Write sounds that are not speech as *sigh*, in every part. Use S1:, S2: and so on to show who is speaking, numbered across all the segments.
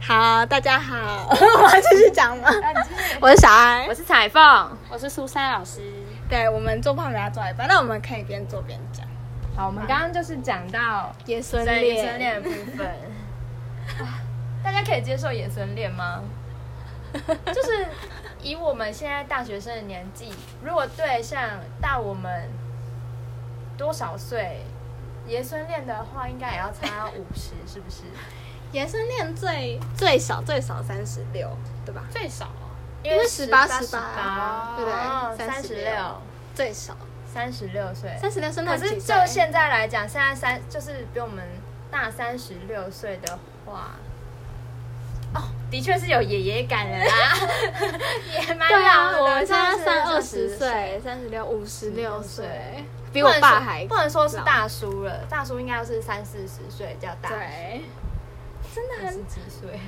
S1: 好，大家好， *laughs* 啊我要继续讲吗？我是小安
S2: 我，是彩凤。
S3: 我是苏珊老师。
S1: 对我们做胖给他做一半，那我们可以边做边讲。
S2: 好，我们刚刚就是讲到
S1: 爷孙
S2: 在野生恋的部 *laughs* 分，大家可以接受野生恋 *laughs* 吗？就是以我们现在大学生的年纪，如果对象大我们多少岁，爷孙恋的话，应该也要差五十，是不是？
S1: 爷孙恋最最少最少三十六，对吧？
S3: 最少哦
S2: 因
S1: 为18 18对36
S2: 哦，三十六，
S1: 最少
S2: 三十六岁，
S1: 三十六，生
S2: 可
S1: 到
S2: 是
S1: 几
S2: 就
S1: 岁？
S2: 现在来讲，现在三就是比我们大三十六岁的话，哦，的确是有爷爷感
S1: *laughs*
S2: 了啦，也蛮
S1: 对
S2: 老
S1: 啊，
S2: 的。
S1: 我们现在算二
S2: 30
S1: 十，岁，三十六，五十六岁
S2: 岁，
S1: 比我爸还
S2: 还不能说是
S1: 老
S2: 大叔了，大叔应该要是三四十岁叫大，
S1: 对。真的
S2: 二十
S1: 很，
S2: 几
S1: *laughs*
S2: 岁。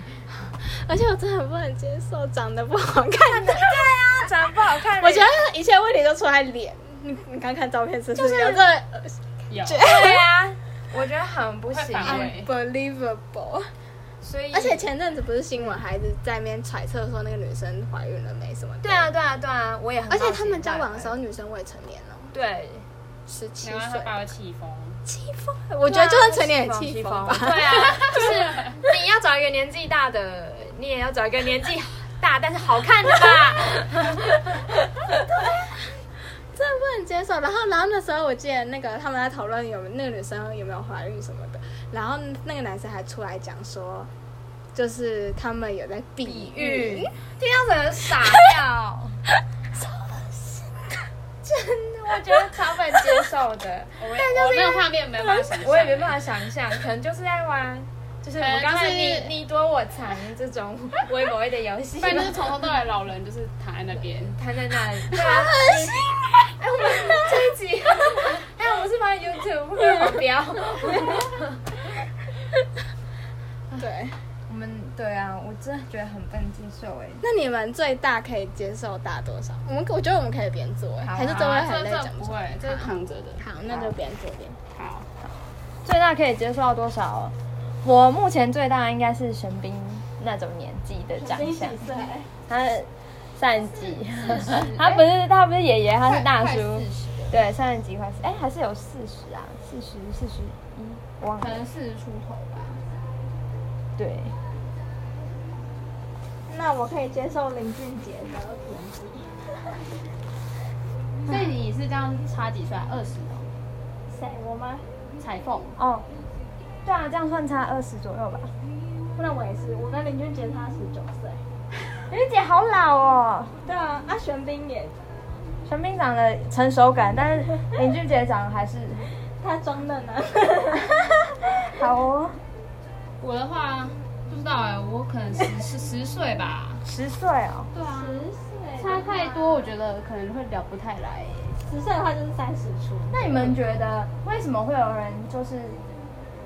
S1: 而且我真的很不能接受长得不好看的。
S2: 啊，长得不好看，
S1: 我觉得一切问题都出在脸。你你刚看照片是不是有这
S3: 有
S2: 对啊，我觉得很不
S3: 会
S2: 行
S3: 反
S2: 欸，
S3: 胃
S1: unbelievable？
S2: 所以
S1: 而且前阵子不是新闻，还是在那边揣测说那个女生怀孕了没什么的。
S2: 对啊，对啊，对啊，我也很好
S1: 而
S2: 奇。
S1: 且他们交往的时候，女生未成年哦，
S2: 对。
S1: 十七
S3: 然后他
S1: 岁。
S3: 爸会气疯，
S1: 气疯，我觉得就算成年也啊气疯吧。*laughs*
S2: 对啊，就是你要找一个年纪大的，你也要找一个年纪大但是好看的
S1: *laughs*
S2: 吧。
S1: 真的不能接受。然后，然后那时候我记得那个他们在讨论有那个女生有没有怀孕什么的，然后那个男生还出来讲说，就是他们有在比喻，
S2: 听到整个傻掉，真的，我觉得超不能接受的， *laughs*
S3: 我
S2: 但
S3: 我
S2: 就是因为
S3: 那个画面没有办法想象，
S2: 我也没办法想象，可能就是在玩。就是我刚才你你多我藏这种微博的游戏，
S3: 反正就是从头到尾老人就是躺在那
S2: *laughs*
S3: 边，
S2: 瘫在那里，对啊，哎，我们这一集， *laughs* 哎，我们是放在 YouTube，会不会黄 *laughs* 标？
S1: *laughs* 对。
S2: 我们对啊，我真的觉得很不能接受哎。
S1: 那你们最大可以接受大多少？我们我觉得我们可以边做、欸，
S2: 好啊
S1: 还是这
S3: 啊
S1: 会
S3: 这
S1: 很累
S3: 这
S1: 讲
S3: 不
S1: 出
S3: 会
S1: 来。，
S3: 这是躺着的。
S1: 好，那就边做边。
S3: 好，
S2: 最大可以接受到多少？我目前最大应该是玄彬那种年纪的长相，他三十几，他不是他不是爷爷，他是大叔，对，三十几快四，哎，还是有四十啊，四十四十一，我忘了，
S3: 四十出头吧。
S2: 对，
S1: 那我可以接受林俊杰的，
S3: *laughs* 所以你是这样差几岁？二十哦，
S2: 谁我吗？
S3: 彩凤。
S2: 哦，对啊，这样算差二十左右吧。
S1: 不然我也是，我跟林俊杰差十九岁。
S2: 林姐好老哦。
S1: 对啊，啊玄彬也，
S2: 玄彬长得成熟感，但是林俊杰长得还是
S1: 他装嫩
S4: *laughs*
S1: 啊。 *laughs*
S2: 好哦，
S3: 我的话不知道哎、我可能十十十岁吧。
S2: 十岁哦，
S3: 对啊，差太多，我觉得可能会聊不太来、
S1: 十岁的话就是三十出。
S2: 那你们觉得为什么会有人就是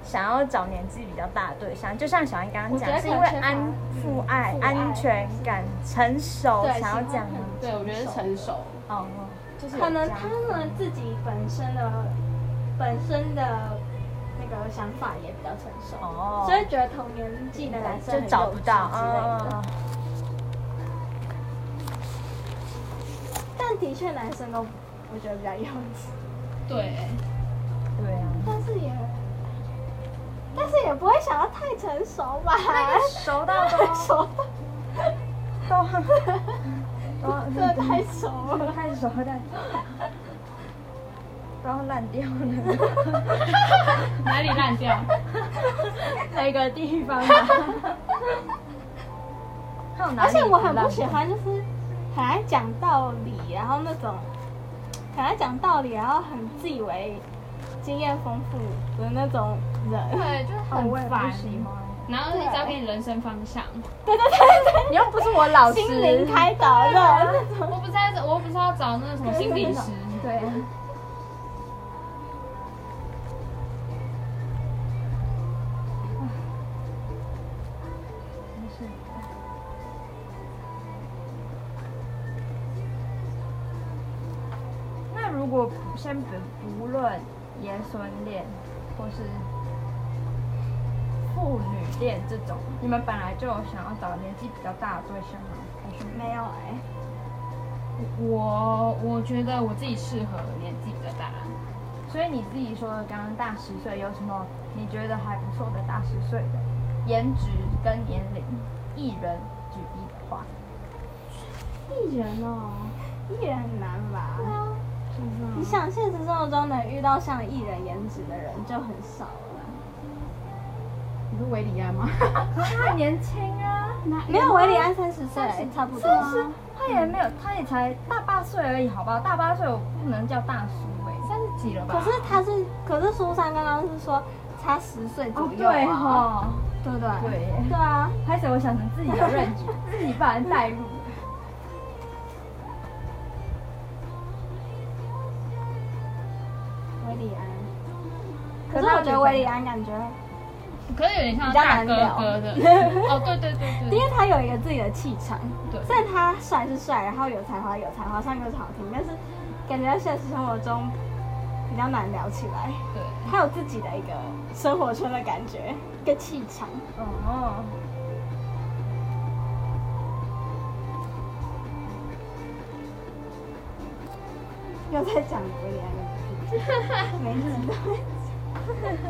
S2: 想要找年纪比较大的对象？就像小安刚刚
S1: 我觉
S2: 讲，
S1: 得
S2: 是
S1: 可能
S2: 因为
S1: 缺乏嗯
S2: 安父爱、安全感、成熟，
S1: 对
S2: 想要这样
S1: 喜欢
S2: 吗？
S3: 对，我觉得是成熟，
S2: 哦，哦就是有
S1: 可能
S2: 这样
S1: 他们自己本身的本身的那个想法也比较成熟，
S2: 哦，
S1: 所以觉得同年纪的男生
S2: 就
S1: 很
S2: 找
S1: 幼
S2: 不
S1: 稚
S2: 到
S1: 之类的。
S2: 嗯嗯
S4: 嗯
S1: 但的确男生都哦我觉得比较幼稚，
S3: 对， *laughs*
S2: 嗯对啊，
S1: 但是也但是也不会想要太成熟吧？
S2: 熟到都
S1: 熟
S2: 都
S1: 真
S2: 都
S1: 的太熟了。
S2: 太熟了，然后烂掉了。
S3: 哪里烂掉？
S2: 那个地方吧。
S1: 而且我很不喜欢，就是很爱讲道理，然后那种很爱讲道理，然后很自以为经验丰富的那种人。
S3: 对，就是
S2: 哦，我
S3: 很
S2: 也不
S3: 烦。
S2: 喜欢。
S3: 然后一直要给你人生方向，
S1: 对对对
S2: *laughs* 你又不是我老
S1: 对，
S2: 师，
S1: 心灵开导的那种。
S3: 我不是在，我不是要找那个什么心理师，
S2: 对。那如果先不不论爷孙恋，或是酷旅店这种，你们本来就有想要找年纪比较大的对象吗？还是
S4: 没有哎、
S3: 我我觉得我自己适合年纪比较大，
S2: 所以你自己说的刚刚大十岁，有什么你觉得还不错的大十岁的颜值跟年龄？艺人举例的话，
S1: 艺人哦，
S4: 艺人很难吧？
S1: 你
S4: 你
S1: 想
S4: 想现实生活中能遇到像艺人颜值的人就很少了。
S3: 你是维里安吗？
S2: 他年轻啊，
S4: 没有维里安嗯三十岁，差不多啊。
S2: 三十，
S1: 哦
S2: 他也没有，他也才大八岁而已，好不好？大八岁我不能叫大叔哎、
S3: 三十几了吧？
S4: 可是他是，可是苏珊刚刚是说差十岁左
S1: 哦
S4: 右、
S2: 哦
S4: 啊
S2: 对哈，
S4: 对不对？
S2: 对耶
S4: 对啊，
S2: 开始我想成自己有认知，自己把人带入。
S4: 维里安。
S2: 可
S4: 可
S2: 是
S4: 是
S2: 我
S4: 我
S2: 觉
S4: 觉
S2: 得
S4: 得
S2: 维
S4: 维
S2: 里
S4: 里安感觉，
S3: 可是有点像大哥哥的。哦，对对对
S4: 因
S3: 对
S4: 为他有一个自己的气场，
S3: 对
S4: 虽然他帅是帅，然后有才华有才华，唱歌是好听，但是感觉在现实生活中比较难聊起来。
S3: 对，
S4: 他有自己的一个生活圈的感觉，一个气场。 *laughs*
S2: 哦，
S4: 又在讲维里安的，每一集都在讲。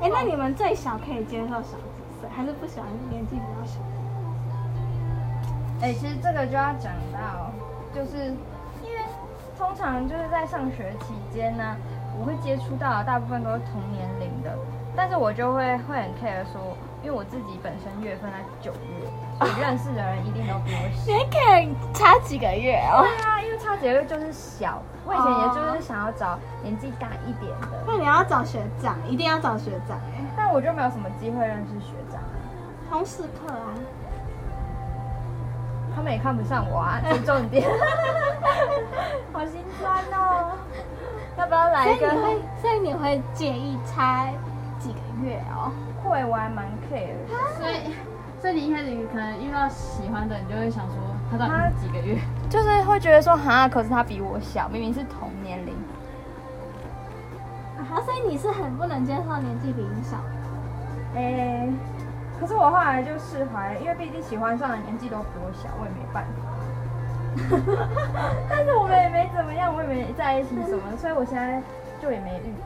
S4: 哎、那你们最小可以接受小几岁，还是不喜欢年纪比较小？
S2: 哎、其实这个就要讲到，就是因为通常就是在上学期间呢、我会接触到的大部分都是同年龄的，但是我就会会很 care 说，因为我自己本身月份在九月，所以认识的人一定都比我小。
S4: 你可以差几个月
S2: *laughs*
S4: 哦？
S2: 对啊，因为差几个月就是小，我以前也就是想要找年纪大一点的，
S4: 那你要找学长，一定要找学长哎、
S2: 但我就没有什么机会认识学长啊，
S4: 通识课啊。
S2: 他们也看不上我啊，这是重
S4: *laughs*
S2: 点，好心酸哦。要不要来
S4: 所以
S2: 一
S4: 你
S2: 个？
S4: 会，所以你会介意差几个月哦？
S2: 会，我还蛮 care 的。
S3: 所以所以你一开始可能遇到喜欢的，你就会想说他到底是几个月？
S2: 就是会觉得说，哈，可是他比我小，明明是同年龄。
S4: 啊，所以你是很不能接受年纪比你小的。
S2: 哎、可是我后来就释怀了，因为毕竟喜欢上的年纪都比我小，我也没办法。 *laughs* 但是我们也没怎么样，我也没在一起什么，所以我现在就也没遇到。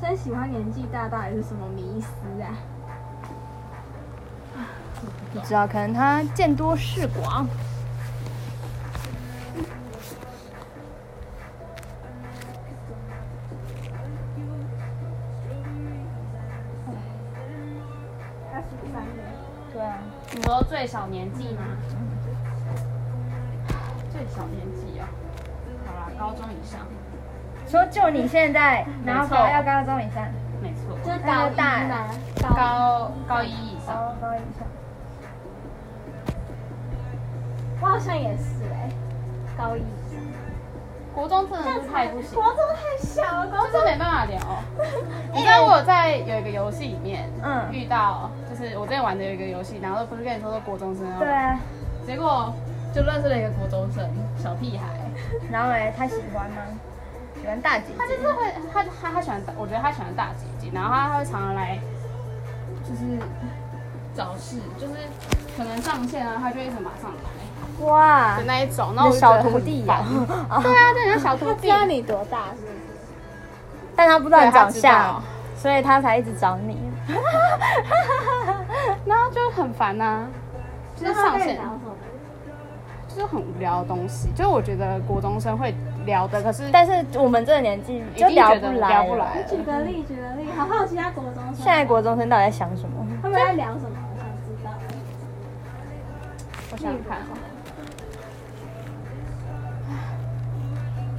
S4: 所以喜欢年纪大到底是什么迷思啊？
S2: 不知道，可能他见多识广。哎
S4: 二十三年，
S2: 对啊，
S3: 你说最小年纪吗？最小年纪啊、好啦，高中以上，
S2: 说就你现在，然后
S3: 没错
S2: 高要高中以上，
S3: 没错，
S4: 就是高一嘛，高
S3: 高高一以上，
S2: 高高一上，
S4: 我好像也是哎、高一。
S3: 国中真的是太不行，
S4: 国中太小了，国
S3: 就是没办法聊。你知道我有在有一个游戏里面，
S2: 嗯
S3: 遇到就是我之前玩的有一个游戏，然后不是跟你说说国中生哦，
S2: 对，啊。
S3: 结果就认识了一个国中生小屁孩，
S2: 然后嘞，他喜欢吗？喜欢大姐
S3: 他就
S2: 姐。
S3: 是会他他他喜欢大，我觉得他喜欢大姐姐，然后他他会常常来就是找事，就是可能上线啊，他就一直马上来
S2: 哇
S3: 的，那一种，然后
S2: 那
S3: 我就觉
S2: 小
S3: 得
S2: 徒
S3: 很
S2: 弟呀、
S3: 烦。对啊，对，那小徒弟，
S1: 你多大是不是？
S2: *laughs* 但他不知道你长
S3: 对他知
S2: 相
S3: 道，
S2: 所以他才一直找你。
S3: 然后就很烦啊呐、就是上线
S4: 然后什么？
S3: 就是很无聊的东西，就是我觉得国中生会聊的，可是
S2: 但是我们这个年纪
S3: 已
S2: 就
S3: 经
S2: 聊
S3: 觉
S2: 不
S3: 得
S2: 来，
S3: 聊不来。
S4: 举个例，举个例，好好奇他国中生。
S2: 现在国中生到底在想什么？
S4: 他们在聊什么？我想知道。
S3: 我想想看，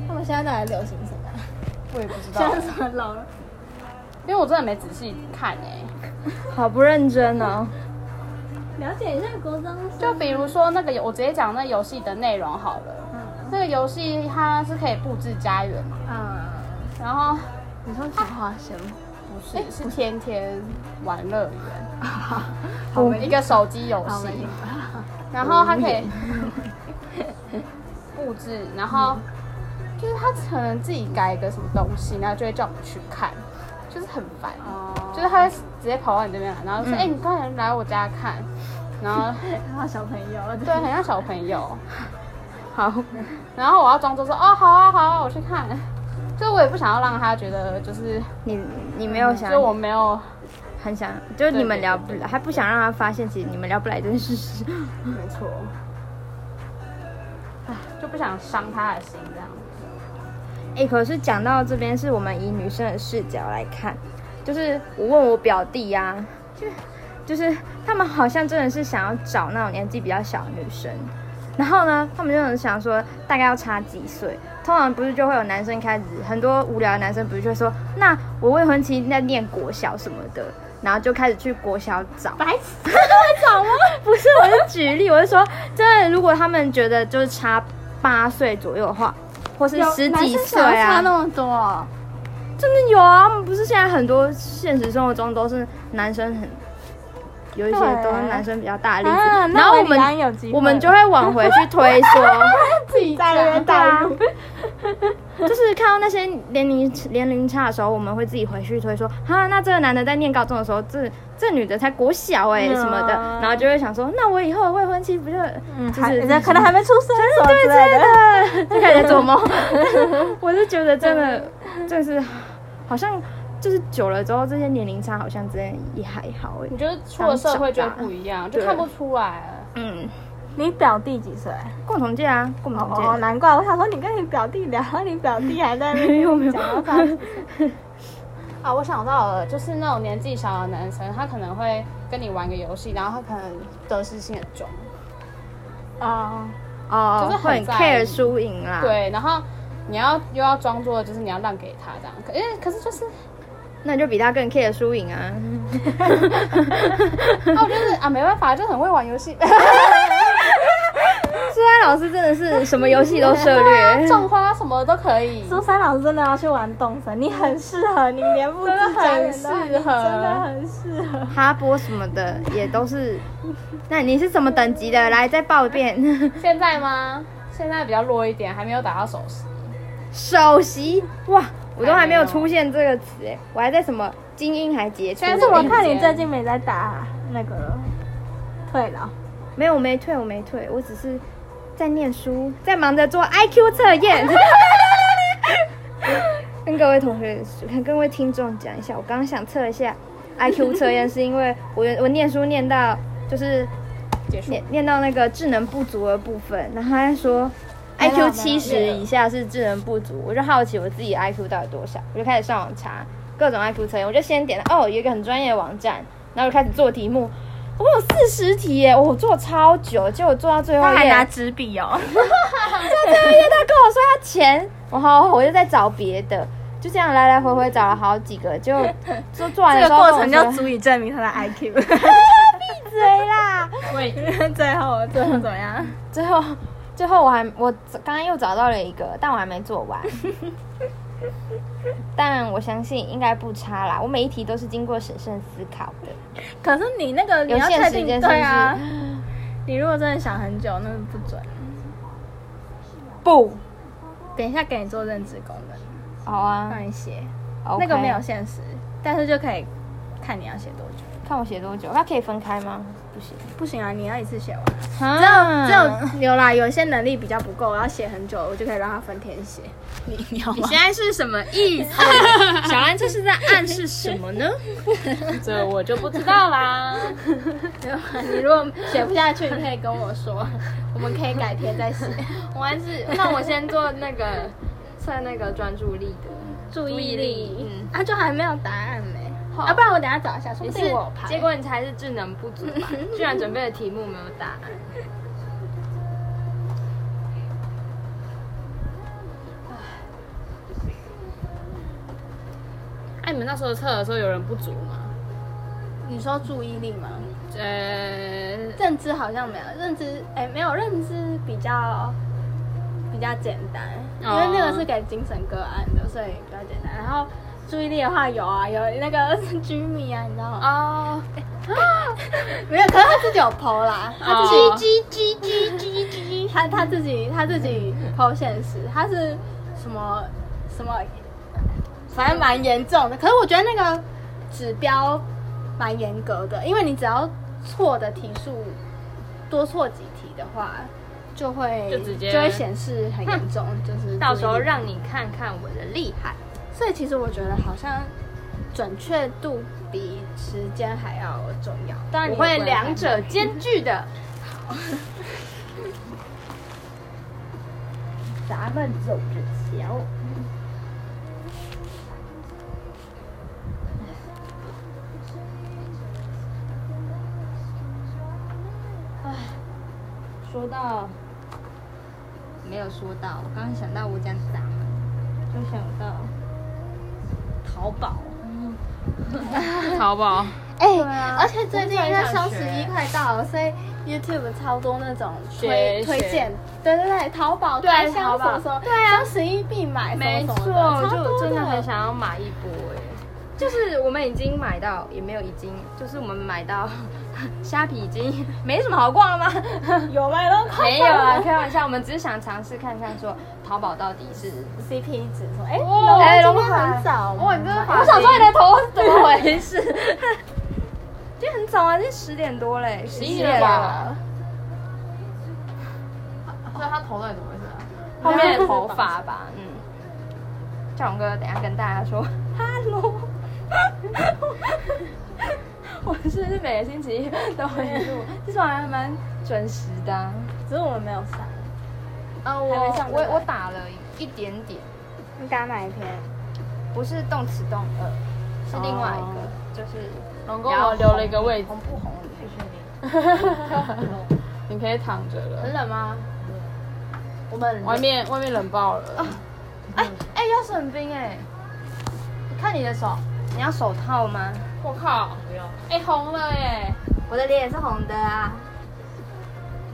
S1: 他们现在到底流行什么？
S3: 我也不知道
S4: 像，什么老了？
S3: 因为我真的没仔细看哎、
S2: 好不认真哦。
S4: 了解一下国中生。
S3: 就比如说那个游，我直接讲那游戏的内容好了。
S4: 嗯
S3: 这个游戏它是可以布置家园，啊
S4: 嗯，
S3: 然后
S1: 你说菊花仙吗？
S3: 不是、哎是天天玩乐园，我们一个手机游戏，然后它可以 *laughs* 布置，然后就是它可能自己改一个什么东西，然后就会叫我们去看，就是很烦，
S4: 哦嗯
S3: 就是他会直接跑到你这边来，然后说：“哎、你快点来我家看。”然
S4: *laughs*
S3: 后
S4: 然后小朋友，
S3: 对，很像小朋友。好，然后我要装作说：“哦，好啊，好啊，我去看。”就我也不想要让他觉得就是，
S2: 你你没有想，
S3: 就我没有
S2: 很想，就是你们聊不来，还不想让他发现，其实你们聊不来这件事 *laughs* 实。
S3: 没错，唉就不想伤他的心这样。
S2: 哎、可是讲到这边，是我们以女生的视角来看，就是我问我表弟呀、就就是他们好像真的是想要找那种年纪比较小的女生，然后呢，他们就很想说大概要差几岁。通常不是就会有男生开始，很多无聊的男生不是就会说，那我未婚妻在念国小什么的，然后就开始去国小找。
S4: 白痴， *laughs*
S2: 找吗？ *laughs* 不是，我是举例，我是说，真的，如果他们觉得就是差八岁左右的话，或是
S4: 有
S2: 十
S4: 男
S2: 几
S4: 生
S2: 岁
S4: 想要差
S2: 啊，
S4: 那么多哦，
S2: 真的有啊。不是现在很多现实生活中都是男生很，有一些
S4: 对
S2: 都是男生比较大的例子，
S4: 啊那
S2: 然后我
S4: 我们俩有
S2: 们
S4: 机会
S2: 我们就会往回去推说。 *laughs*
S4: 自己在那边
S2: 对
S4: 带
S2: 啊
S4: 入，
S2: 就是看到那些年龄年龄差的时候，我们会自己回去推说，哈，那这个男的在念高中的时候，这这女的才国小哎、
S4: 嗯啊
S2: 什么的，然后就会想说，那我以后的未婚妻不就，就是
S4: 嗯还可能还没出生，对
S2: 对，
S4: 之类
S2: 真
S4: 的。
S2: 的，就开始在做梦。 *laughs* 我是觉得真的，就是好像就是久了之后，这些年龄差好像真的也还好哎、
S3: 你觉得出了社会就会不一样，就
S2: 对
S3: 看不出来了。
S2: 嗯，
S4: 你表弟几岁？
S2: 共同界啊，共同界。
S4: 哦，难怪我想说你跟你表弟聊，你表弟还在那边讲到他几岁
S3: 啊，我想到了，就是那种年纪小的男生，他可能会跟你玩个游戏，然后他可能得失心很重，
S4: 哦，
S2: 哦，
S3: 就是很
S2: 会很
S3: 在
S2: care
S3: 意
S2: 输赢啦。，
S3: 对，然后你要又要装作就是你要让给他这样，可因为可是就是，
S2: 那你就比他更 care 输赢啊。
S3: 啊，我就是啊，没办法，就很会玩游戏，
S2: 苏安老师真的是什么游戏 *laughs* 都涉
S3: *laughs* 对啊
S2: 略。
S3: 种花什么都可以，
S4: 苏珊老师真的要去玩动森，你很适合，你连不
S3: *laughs* 真的
S4: 知家
S3: 很
S4: 人都很
S3: 适合，
S4: 真的很适合。
S2: *laughs* 哈波什么的也都是，那你是什么等级的？来，再报一遍。 *laughs*
S3: 现在吗？现在比较弱一点，还没有打到手势。
S2: 首席哇，我都还没有
S3: 还没有
S2: 出现这个词哎，我还在什么精英还杰出
S3: 现在
S4: 但
S3: 是
S4: 是我看你最近没在打那个退了，
S2: 没有，我没退，我没退，我只是在念书，在忙着做 IQ 测验。 *laughs* 跟各位同学、跟各位听众讲一下，我刚刚想测一下 IQ 测验，是因为我我念书念到就是
S3: 结束
S2: 念念到那个智能不足的部分，然后他在说哎
S4: 没有没有
S2: IQ 七十以下是智能不足，我就好奇我自己 IQ 到底多少，我就开始上网查各种 IQ 测验，我就先点了哦，有一个很专业的网站，然后就开始做题目。我有四十题耶，哦我做超久，结果做到最后一页，
S4: 纸笔哦，
S2: 最后一页他跟我说要钱，然后我就在找别的，就这样来来回回找了好几个，就做做完的
S4: 这
S2: 时
S4: 个
S2: 候
S4: 过
S2: 跟我
S4: 程
S2: 说
S4: 就足以证明他
S2: *laughs*
S4: 的 IQ。
S2: 对啦，
S4: 最后最后怎么样？
S2: 最后，最后我还我刚刚又找到了一个，但我还没做完。但我相信应该不差啦，我每一题都是经过审慎思考的，
S4: 可是你那个你
S2: 有
S4: 要
S2: 限
S4: 确
S2: 时
S4: 定
S2: 间是不
S4: 对啊，
S2: 是？
S4: 你如果真的想很久，那不准。
S2: 不，
S4: 等一下给你做认知功能，
S2: 好啊
S4: 让，你写
S2: OK
S4: 那个没有限时，但是就可以看你要写多久。
S2: 看我写多久，它可以分开吗？不行，
S4: 不行啊，你要一次写完。
S2: 只
S4: 只有有啦，有一些能力比较不够，我要写很久，我就可以让他分天写。你你要吗？
S2: 现在是什么意思？小兰这是在暗示什么呢？
S3: 这我就不知道啦。
S4: 你如果写不下去，你可以跟我说，我们可以改天再写。
S2: 我还是 *laughs* 那我先做那个测那个专注力的，
S4: 注意力，
S2: 嗯
S4: 啊，就还没有答案没。
S2: 好
S4: 啊，不然我等一下找一下，说
S2: 你
S4: 不
S2: 是
S4: 定我拍。
S2: 结果你才是智能不足
S4: *laughs*
S2: 吧？居然准备的题目没有答案。
S3: 哎、你们那时候测的时候有人不足吗？
S4: 你说注意力吗？
S3: 呃，
S4: 认知好像没有，认知哎、没有认知比较比较简单，因
S3: 哦
S4: 为那个是给精神个案的，所以比较简单。然后注意力的话有啊，有那个 *laughs* 居米啊，你知道吗？
S3: 哦，
S4: 没有，可是他自己有 PO 啦，他自己
S3: 哦
S4: *laughs* 叽叽叽叽，他他自己他自己 PO 现实，他是什么什么
S1: 反正蛮严重的。可是我觉得那个指标蛮严格的，因为你只要错的题数多错几题的话，就会
S2: 就直接
S1: 会显示很严重，就是
S2: 到时候
S1: 不一定
S2: 让你看看我的厉害。
S1: 所以其实我觉得好像准确度比时间还要重要，当然你
S2: 我会
S1: 也不能
S2: 两者
S4: *laughs*
S2: 兼具的。
S4: 咱们走着瞧。
S3: 说到
S2: 没有说到，我刚刚想到我讲咱们
S4: 就想到，
S2: 淘宝，
S3: 淘宝，
S1: 哎、而且最近因为
S2: 我突然
S1: 双
S2: 想
S1: 十
S2: 学
S1: 一快到了，所以 YouTube 超多那种推
S2: 学
S1: 推
S2: 学
S1: 荐，对对对，淘宝
S2: 对
S1: 开箱
S2: 淘宝
S1: 什么什么，对啊，双十一必买，
S2: 没错，
S1: 就
S2: 就真的很想要买一波哎、就是我们已经买到，也没有已经，就是我们买到 *laughs* 虾皮已经 *laughs* 没什么好逛了吗？
S1: *laughs* 有买
S2: *laughs*
S1: 到
S2: 没有啊，开玩笑，我们只是想尝试看看说淘宝到底是
S1: CP 值什么？哎、
S2: 哇
S1: 哎、
S2: 哎
S1: 龙
S2: 龙
S1: 今天
S2: 海
S1: 很早
S3: 哦
S1: 买，
S2: 哇你这个发
S1: 我想说你的头怎
S2: 怎么
S1: 么回
S2: 回事， *laughs* 就很早啊，这十点多嘞，十
S3: 11
S1: 事
S3: 点
S1: 啊？
S3: 所以他头到底怎么回事啊？
S2: 后面的头发吧，嗯。赵勇哥，等一下跟大家说，Hello，我是不是每个星期一都会 *laughs* 录？其实我还蛮准时的啊、
S1: 只是我们没有上，
S2: 呃，
S1: 还
S2: 我
S1: 没上对吧
S2: 我我打了一点点，
S1: 你打哪一篇？
S2: 不是动词动二，是另外一个，
S1: 哦
S2: 就是
S3: 龙哥，
S2: 然后
S3: 我留了一个位置
S2: 红，不红？谢谢你。
S3: *laughs* 你可以躺着了。
S2: 很冷吗？
S1: 我们
S3: 外面外面冷爆了，
S2: 哎哎，要伞兵哎，你看你的手，你要手套吗？
S3: 我靠！哎、红了哎、
S2: 我的脸也是红的啊，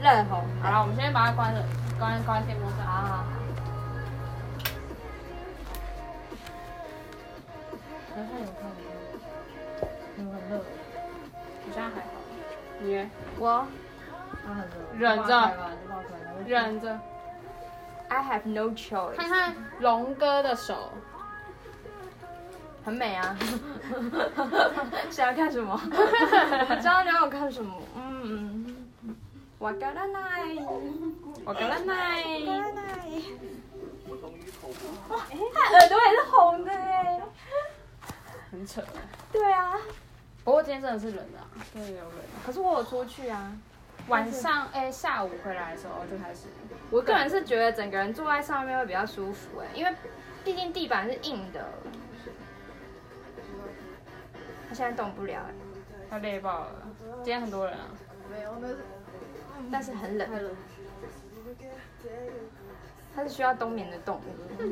S2: 热红。
S3: 好了，我们先把它关了，关关电风扇。
S2: 好好好。
S3: 然后有看吗？你很热，好像还好。你呢
S2: 我
S3: 忍着，忍着。
S2: I have no choice，
S3: 看看龙哥的手，
S2: 很美啊。 *laughs* 想要看什么？我知道你要我看什么。嗯，わからない。
S3: 我跟了奈。
S2: 他耳朵也是红的哎。
S3: 很扯。
S2: 对啊，
S3: 不过今天真的是冷啊，真的有冷。
S2: 可是我有出去啊。
S3: 晚上哎、下午回来的时候就开始。
S2: 我个人是觉得整个人坐在上面会比较舒服哎、因为毕竟地板是硬的。他现在动不了哎、
S3: 他累爆了，今天很多人啊。
S2: 但是嗯很冷。它是需要冬眠的动物。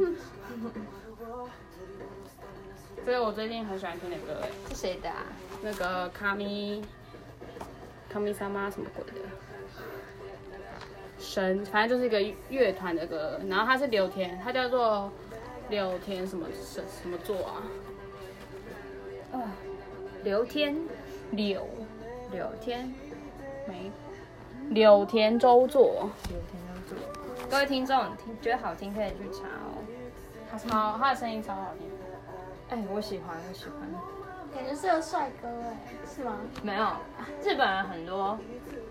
S3: 这是我最近很喜欢听的歌哎、
S2: 是谁的啊？
S3: 那个卡米卡米萨妈什么鬼的神，反正就是一个乐团的歌。然后他是柳田，他叫做柳田什么什什么座啊？
S2: 刘天，
S3: 柳
S2: 柳天，
S3: 没柳田周作，
S2: 柳天要做。各位听众，听觉得好听可以去查哦。
S3: 他超他的声音超好听。
S2: 哎、我喜欢，我喜欢。
S1: 感觉是个帅哥哎、是吗？
S2: 没有，日本人很多，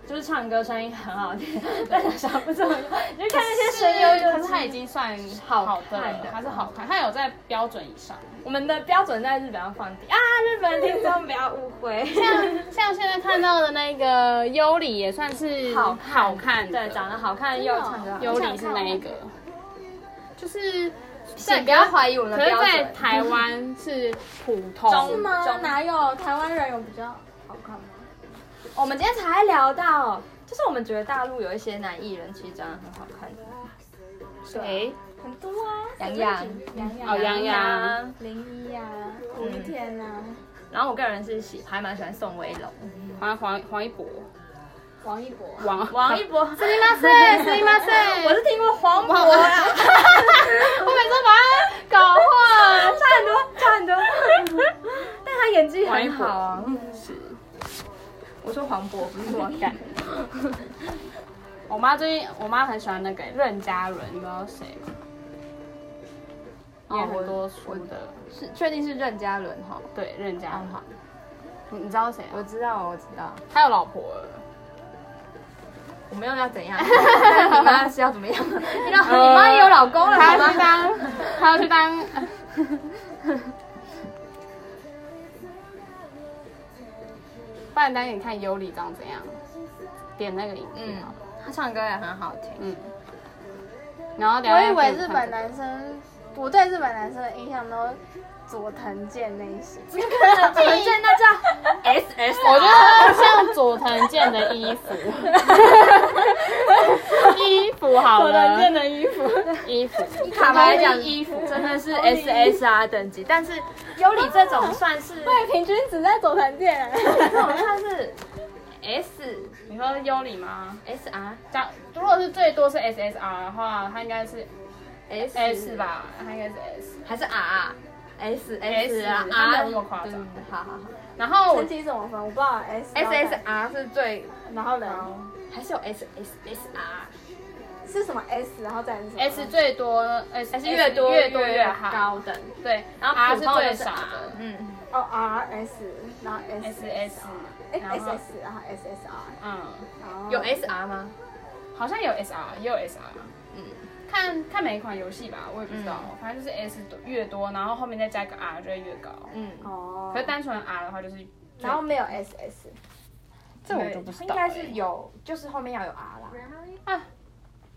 S2: 就是唱歌声音很好听， *laughs* 但是想
S3: *laughs*
S2: 不怎么用，你就看那些声优
S3: 可
S2: 就是是
S3: 他已经算
S2: 好
S3: 好的
S2: 看
S3: 了
S2: 的，
S3: 他是好看，他有在标准以上。
S2: 我们的标准在日本要放低啊，日本听众不要误会。
S3: *laughs* 像像现在看到的那个优里也算是
S2: 好看
S3: 好看的，
S2: *laughs* 对，长得好看又唱歌好，
S3: 尤里是哪一个？就是
S2: 请不要怀疑我们的
S3: 可是，
S2: 标准。
S3: 在
S2: *laughs*
S3: 台湾是普通，
S2: 中
S1: 是吗？
S2: 中
S1: 哪啊有台湾人有比较好看吗？
S2: 我们今天才聊到，就是我们觉得大陆有一些男艺人其实长得很好看的，谁？
S1: 很多啊，
S2: 杨洋
S1: 杨洋、
S3: 哦杨洋
S2: 洋。
S1: 林一啊，五月天啊，
S2: 然后我个人是喜还蛮喜欢宋威龙、
S3: 好像黄黄一博，
S1: 王一博，
S3: 王
S2: 王一博。
S3: 斯密马塞，斯密马塞，
S2: 哎我是听过黄渤啊，
S3: 我 *laughs* 每次把他
S2: 差
S3: 搞混。
S2: 很多，差很多，但他演技
S3: 王一
S2: 很
S3: 博
S2: 好啊。
S3: 是
S2: 我说黄渤不是我干，
S3: 我妈最近，我妈很喜欢那个任嘉伦，你知道谁吗？也很
S2: 我
S3: 多
S2: 我
S3: 书的，
S2: 是确定是任嘉伦哈？
S3: 对，任嘉
S2: 嗯
S3: 伦，你你知道谁啊？
S2: 我知道，我知道，
S3: 他有老婆了，
S2: 我们又要怎样？你妈是要怎么 *laughs* 样？你老你妈也有老公了，
S3: 他
S2: 好
S3: 要去
S2: 吗？
S3: 当，他要去当，不然等你看尤里长怎样，点那个影片
S2: 嗯
S3: 好了，，
S2: 他唱歌也很好听。
S3: 嗯，然后等一
S1: 我
S3: 下
S1: 以为
S3: 可
S1: 日
S3: 看
S1: 本
S3: 这个
S1: 男生，我对日本男生的印象都佐藤健那一 *laughs* 些，
S2: 怎么可能？怎么见到叫 S S？啊
S3: 我觉得它像佐藤健的衣服，衣服好了，
S1: 的衣服，
S3: 衣服，
S2: 坦白讲，
S3: 衣服
S2: 真的是 S S R 等级，但是尤里这种算是，
S1: 对，平均值在佐藤健。
S2: 这种算是 S
S3: 你说优里吗？
S2: S R
S3: 假如果是最多是 SSR 的话，它应该是
S2: S
S3: S？吧，它应该是 S。
S2: 还是 R S S 啊 R？
S3: S，它没有那么夸张
S2: 嗯好好好 *laughs*
S3: 然后我
S1: 成绩怎么分？我不知道 S
S2: ，S S R 是最，
S1: 然后呢？
S2: 还是有 S S S R？
S1: 是什么 S，然后再是什么
S3: S 最多，S
S2: S 越多
S3: 越多越好。
S2: 高等，
S3: 对，
S2: 然后
S3: R
S2: 普
S3: 是
S2: 通
S3: 最
S2: 的是
S3: 少
S2: R
S3: 的
S2: 嗯，
S1: 哦 R S，然后 S
S3: ，SS，
S1: 哎
S3: 然
S1: S
S3: 后
S1: S，然后 S S R，哦
S3: 嗯，
S2: 有 S R 吗？
S3: 好像有 SR，也有 SR。
S2: 嗯，
S3: 看看每一款游戏吧，我也不知道，
S2: 嗯
S3: 反正就是 S 多越多，然后后面再加个 R 就会越高。
S2: 嗯，
S1: 哦
S3: 可是，单纯 R 的话就是，
S1: 然后没有 S S，
S3: 这我就不知
S2: 应该是有，就是后面要有 R 啦。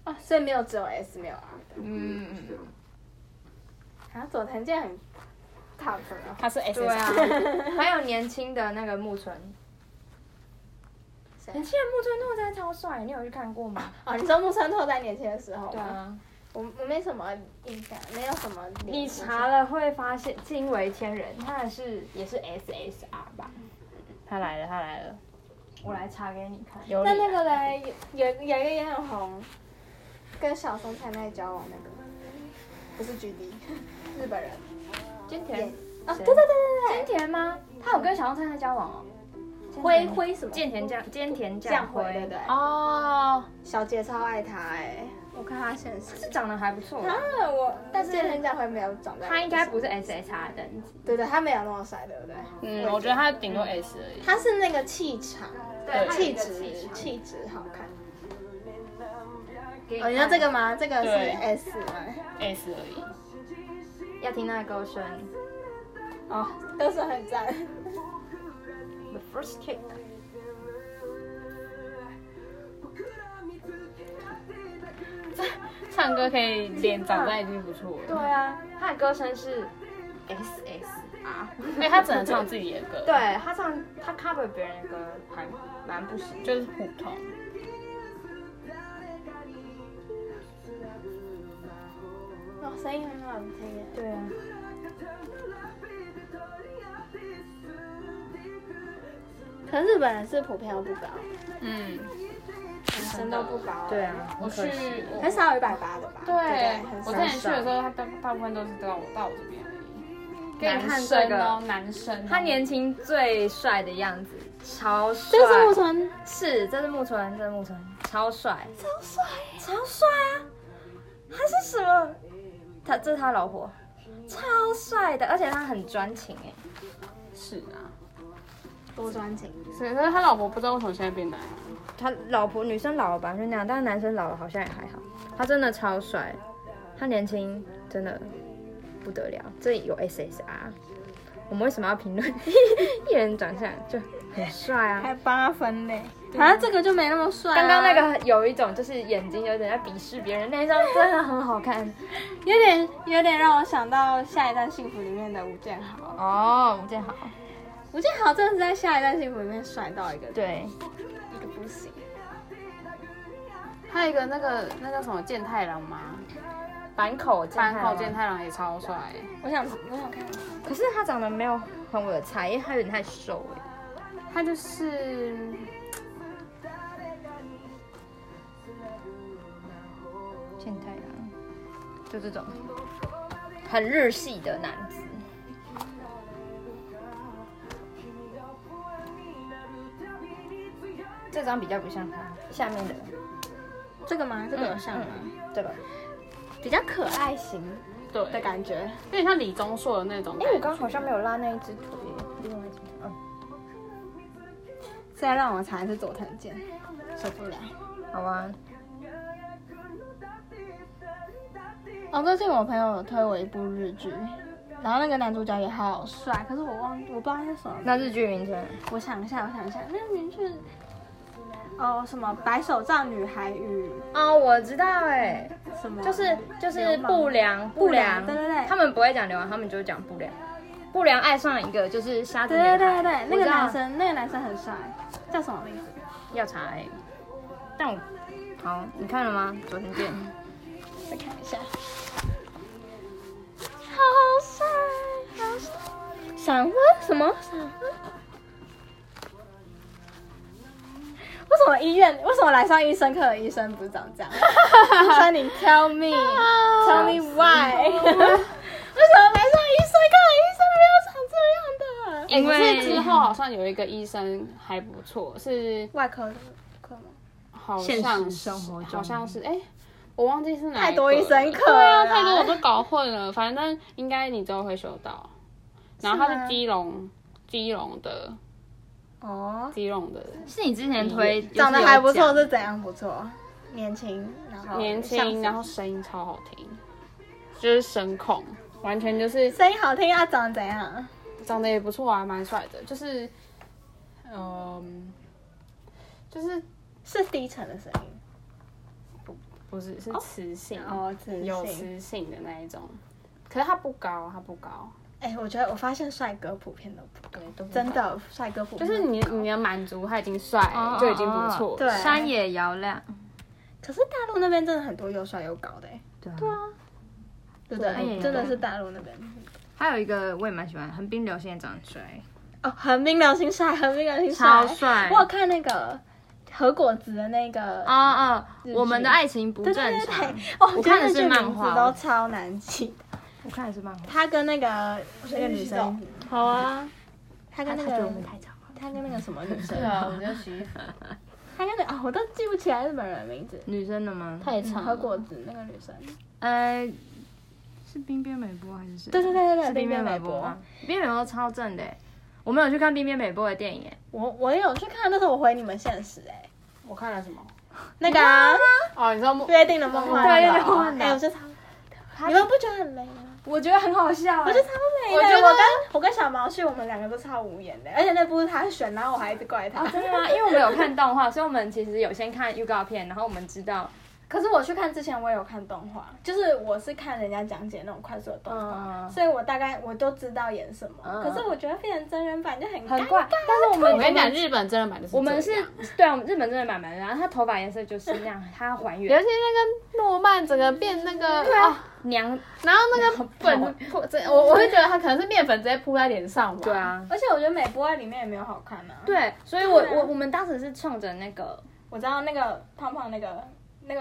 S1: 哦，所以没有只有 S 没有 R
S2: 嗯，
S1: 的。啊，佐藤健很 top 了，
S3: 它是 S，
S2: 对啊， *laughs* 还有年轻的那个木村，
S1: 谁
S2: 年轻的木村拓哉超帅，你有去看过吗？
S1: 哦，你说木村拓哉年轻的时候，，
S2: 啊，
S1: 我我没什么印象，没有什么脸。
S2: 你查了会发现惊为天人，他还是也是 SSR 吧？
S3: 他来了，他来了，
S2: 我来查给你看。
S3: 有啊
S1: 那那个嘞，有有有一个也很红，跟小松菜奈交往那个，不是 G D，日本人。
S2: 菅田
S1: 啊，
S2: 谁
S1: 对对对对
S2: 菅田吗？他有跟小松菜奈交往哦。
S1: 对，灰灰什么？
S2: 菅田将菅田
S1: 降
S2: 将
S1: 回
S2: 晖
S1: 对不对？
S3: 哦，
S1: 小杰超爱他哎，我看他现实。
S2: 是长得还不错
S1: 啊
S2: 啊，，
S1: 我但是健身教会没有长在，
S2: 他应该不是 SSR 等级。
S1: 对对，他没有那么帅，对不对？
S3: 嗯，我觉得他顶多 S 而已。
S1: 他是那个气场、
S2: 对他有
S1: 气
S2: 一个
S1: 质
S2: 气、场
S1: 气质好看。
S2: 给
S1: 哦，
S2: 你
S1: 你
S2: 看
S1: 要这个吗？这个是
S3: 对
S1: S 吗？
S3: S 而已，
S2: 要听那个歌声
S1: 哦，都是很赞。
S2: ，The First Kick。
S3: 唱歌可以脸长在已经不错了。
S2: 啊，他的歌声是 S S R。
S3: 因为他只能唱自己的歌，
S2: *laughs* 对，他唱他 cover 别人的歌还蛮不行。
S3: 就是普通。
S1: 哦，声音很好听耶。
S2: 对啊。
S1: 可是日本人是普遍都不高，
S3: 嗯，
S1: 女生都不高。
S2: 对，啊，
S3: 我去，我
S1: 很少有一百八的吧？
S3: 对
S1: 很，
S3: 我
S1: 少
S3: 之。前去的时候，他大大部分都是到我到我这边而已。
S2: 来看
S3: 男
S2: 这
S3: 生
S2: 个
S3: 哦，男生哦，
S2: 他年轻最帅的样子，超帅。
S1: 这是木村，
S2: 是，这是木村，这是木村，超帅，
S1: 超帅。
S2: 超帅啊！他是什么？他这是他老婆，超帅的，而且他很专情哎。
S3: 是啊，
S1: 多专情。
S3: 所以他老婆不知道为什么现在变男人。
S2: 他老婆女生老了吧就那样，但是男生老了好像也还好。他真的超帅，他年轻真的不得了，这有 SSR。我们为什么要评论 *laughs* 艺人长相就很帅啊？
S1: 八分嘞，好像这个就没那么帅啊。
S2: 刚刚那个有一种就是眼睛有点在鄙视别人，那一张真的很好看
S1: 有点有点让我想到《下一站幸福》里面的吴建豪。
S2: 哦。吴建豪，
S1: 吴建豪真的是在《下一站幸福》里面帅到一个
S2: 对，
S1: 一个不行。
S3: 还有一个那个那叫什么健太郎吗？
S2: 坂口健
S3: 坂口
S2: 太
S3: 健
S2: 郎，
S3: 太郎也超帅，
S1: 我想我想看，
S2: 可是他长得没有很我的菜，因为他有点太瘦哎。
S3: 他就是
S2: 健太郎，就这种很日系的男子。这张比较不像他，下面的嗯
S1: 这个吗？这个有像吗？
S2: 这个
S1: 比较可爱型，
S3: 对
S4: 的感觉。
S3: 有点像李钟硕的那种感
S2: 哎、
S3: 觉。
S2: 我刚刚好像没有拉那一只腿，另外一只。嗯，
S4: 再让我查一次佐藤健，受不了。
S2: 好啊吧。
S4: 哦，最近我朋友有推我一部日剧，然后那个男主角也好帅，啊可是我忘我不知道他是什么。
S2: 那日剧名称，
S4: 我想一下，我想一下，那个名字，哦，什么白手杖女孩与
S2: 哦，我知道哎、
S4: 什么，
S2: 就是就是不良不良，
S4: 对对对
S2: 他们不会讲流氓，他们就讲不良。不良爱上一个就是瞎子
S4: 对
S2: 女孩，
S4: 对对对，那
S2: 我
S4: 个
S2: 知道
S4: 男生那个男生很帅，叫什么名字？
S2: 要查哎、但我好，你看了吗？昨天见。
S4: 再看一下，好帅，好帅！闪婚什么闪婚？为什么医院？为什么来上医生课的医生不是长这样？医生，你 tell *laughs* me，tell me *laughs* why？为什么来上医生课的医生没有长这样的？
S3: 哎
S2: 因
S3: 可
S2: 为
S3: 是之后好像有一个医生还不错，是
S4: 外科的科吗？
S3: 好
S2: 现实
S3: 像是
S2: 生活中
S3: 好像是哎、我忘记是哪一个
S4: 太多医生课
S3: 对啊，
S4: 了
S3: 太多我都搞混了。反正应该你之后会修到。然后他
S4: 吗
S3: 是基隆，基隆的，
S4: 哦，
S3: 基隆的
S2: 是你之前推
S4: 长得还不错
S2: 的，
S4: 是怎样不错？年轻，然后
S3: 年
S4: 像
S3: 轻，
S4: 是
S3: 然后声音超好听，就是声控，完全就是
S4: 声音好听啊，长得怎样？
S3: 长得也不错啊，蛮帅的，就是，嗯，就是
S4: 是低沉的声音。
S3: 不是是磁性，
S4: 哦，自信
S3: 有磁性的那一种。可是他不高，他不高，
S4: 哎、我觉得我发现帅哥普遍都不
S3: 对，都不高
S4: 真，的帅哥普
S3: 就
S4: 遍
S3: 是你你的满足他已经帅
S2: 哦
S3: 了就已经不错了，
S4: 对
S2: 山野遥亮，
S4: 可是大陆那边真的很多又帅又高的、哎
S2: 对啊，
S4: 对不对？
S2: 哎
S4: 真的是大陆那边
S2: 还有一个我也蛮喜欢，横滨流星也长得帅，
S4: 哦，横滨流星帅，横滨流星帅，
S2: 超帅
S4: 我有看那个和果子的那个，
S2: 啊啊！
S4: 日剧
S2: 我们的爱情不
S4: 对
S2: 正
S4: 对对
S2: 常
S4: 对，，哦
S2: 我看的
S4: 觉得
S2: 是
S4: 这
S2: 漫
S4: 名字
S2: 画
S4: 都超难记。
S2: 我看的是漫画。
S4: 他跟那个那个女生，
S3: 好啊，
S4: 他跟那
S2: 他觉得我
S4: 个
S2: 们太吵了。
S4: 他跟那个什么女生，
S3: 我就喜
S4: *laughs* 他跟那啊、我都记不起来日本人的名字。
S2: 女生的吗？
S3: 太长
S4: 和
S3: 了。
S4: 果子那个女生，
S2: 呃，是冰边美波还是谁？
S4: 对对对对对
S2: 是冰边美波吗？冰边美波超正的欸，我没有去看冰边美波的电影欸，
S4: 我我也有去看，但是我回你们现实哎、
S3: 我看了什么？
S4: 那个、啊、
S3: 哦，你知道吗？
S4: 约定的梦幻岛，
S2: 对约定的梦幻岛
S4: 哎、我觉得超，你们不觉得很雷吗？
S2: 我觉得很好笑
S4: 我
S2: 欸
S4: 觉。得超雷的。
S2: 我觉得
S4: 我跟我跟小毛旭，我们两个都超无言的，而且那部是他选，然后我还一直怪他。
S2: 真的吗？因为我们有看动画，所以我们其实有先看预告片，然后我们知道，
S4: *laughs* 可是我去看之前，我也有看动画，就是我是看人家讲解那种快速的动画，
S2: 嗯
S4: 所以我大概我都知道演什么。
S2: 嗯
S4: 可是我觉得变成真人版就很
S2: 很
S4: 尴
S2: 怪
S4: 尬。。
S2: 但是我们
S3: 我跟你讲，日本真人版就是
S2: 我们是
S3: 这样
S2: 对啊，我们日本真的蛮蛮的，然后他头发颜色就是那样，他还
S3: *laughs* 尤
S2: 原
S3: 其那个诺曼整个变那个啊，
S2: 娘，
S3: 然后那个粉铺，这我我会觉得他可能是面粉直接铺在脸上吧。
S2: 对，啊，
S4: 而且我觉得美波在里面也没有好看啊。，
S2: 对，所以我我我们当时是冲着那个
S4: 我知道那个胖胖那个那个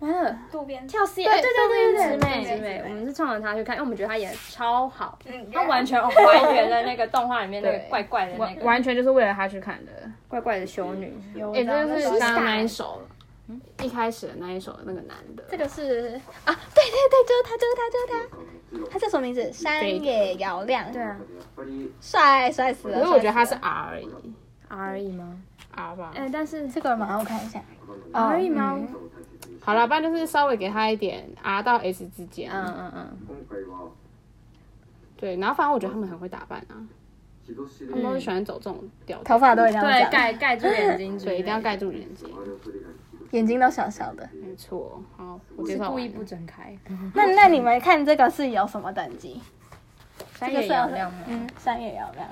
S2: 完了
S4: 渡边
S2: 跳 C，
S4: 对
S2: 哎对对对对，
S4: 对对对
S2: 直
S4: 直
S2: 美，
S4: 美
S2: 我们是冲着他去看，因为我们觉得他演的超好，
S4: 嗯
S2: 他完全哦还原了那个动画里面那个怪怪的那
S3: 完
S2: 个
S3: 完全就是为了他去看的。
S2: 怪怪的修女，
S4: 有，
S3: 哎、这就是刚刚
S4: 男。
S3: 那一首，一开始的那一首那个男的，
S4: 这个是啊，对对对，就是他，就是他，就是他，他叫什么名字？山野遥亮，
S2: 对啊
S4: 帅帅死了。
S3: 可是我觉得他
S4: 帅
S3: 是
S4: 死了
S3: R 而已嗯
S2: ，R E 吗？
S3: ，R 吧。
S2: 哎，但是
S4: 这个马上我看一下，
S2: R E 吗？
S3: 好了，不然就是稍微给他一点 R 到 S 之间。
S2: 嗯嗯嗯，
S3: 对，然后反正我觉得他们很会打扮啊，
S2: 嗯
S3: 他们都喜欢走这种调调，
S4: 头发都一样，
S2: 对，盖盖住眼睛之类
S3: 对，
S2: 的，
S3: 一定要盖住眼睛。
S4: 眼睛都小小的。
S3: 没错，好，我介
S2: 是
S3: 绍完
S2: 故
S3: 了
S2: 意不睁开。
S4: 那那你们看这个是有什么等级？
S2: 山
S4: 这个
S2: 野
S4: 是
S2: 遥亮吗？
S4: 嗯，山野遥亮。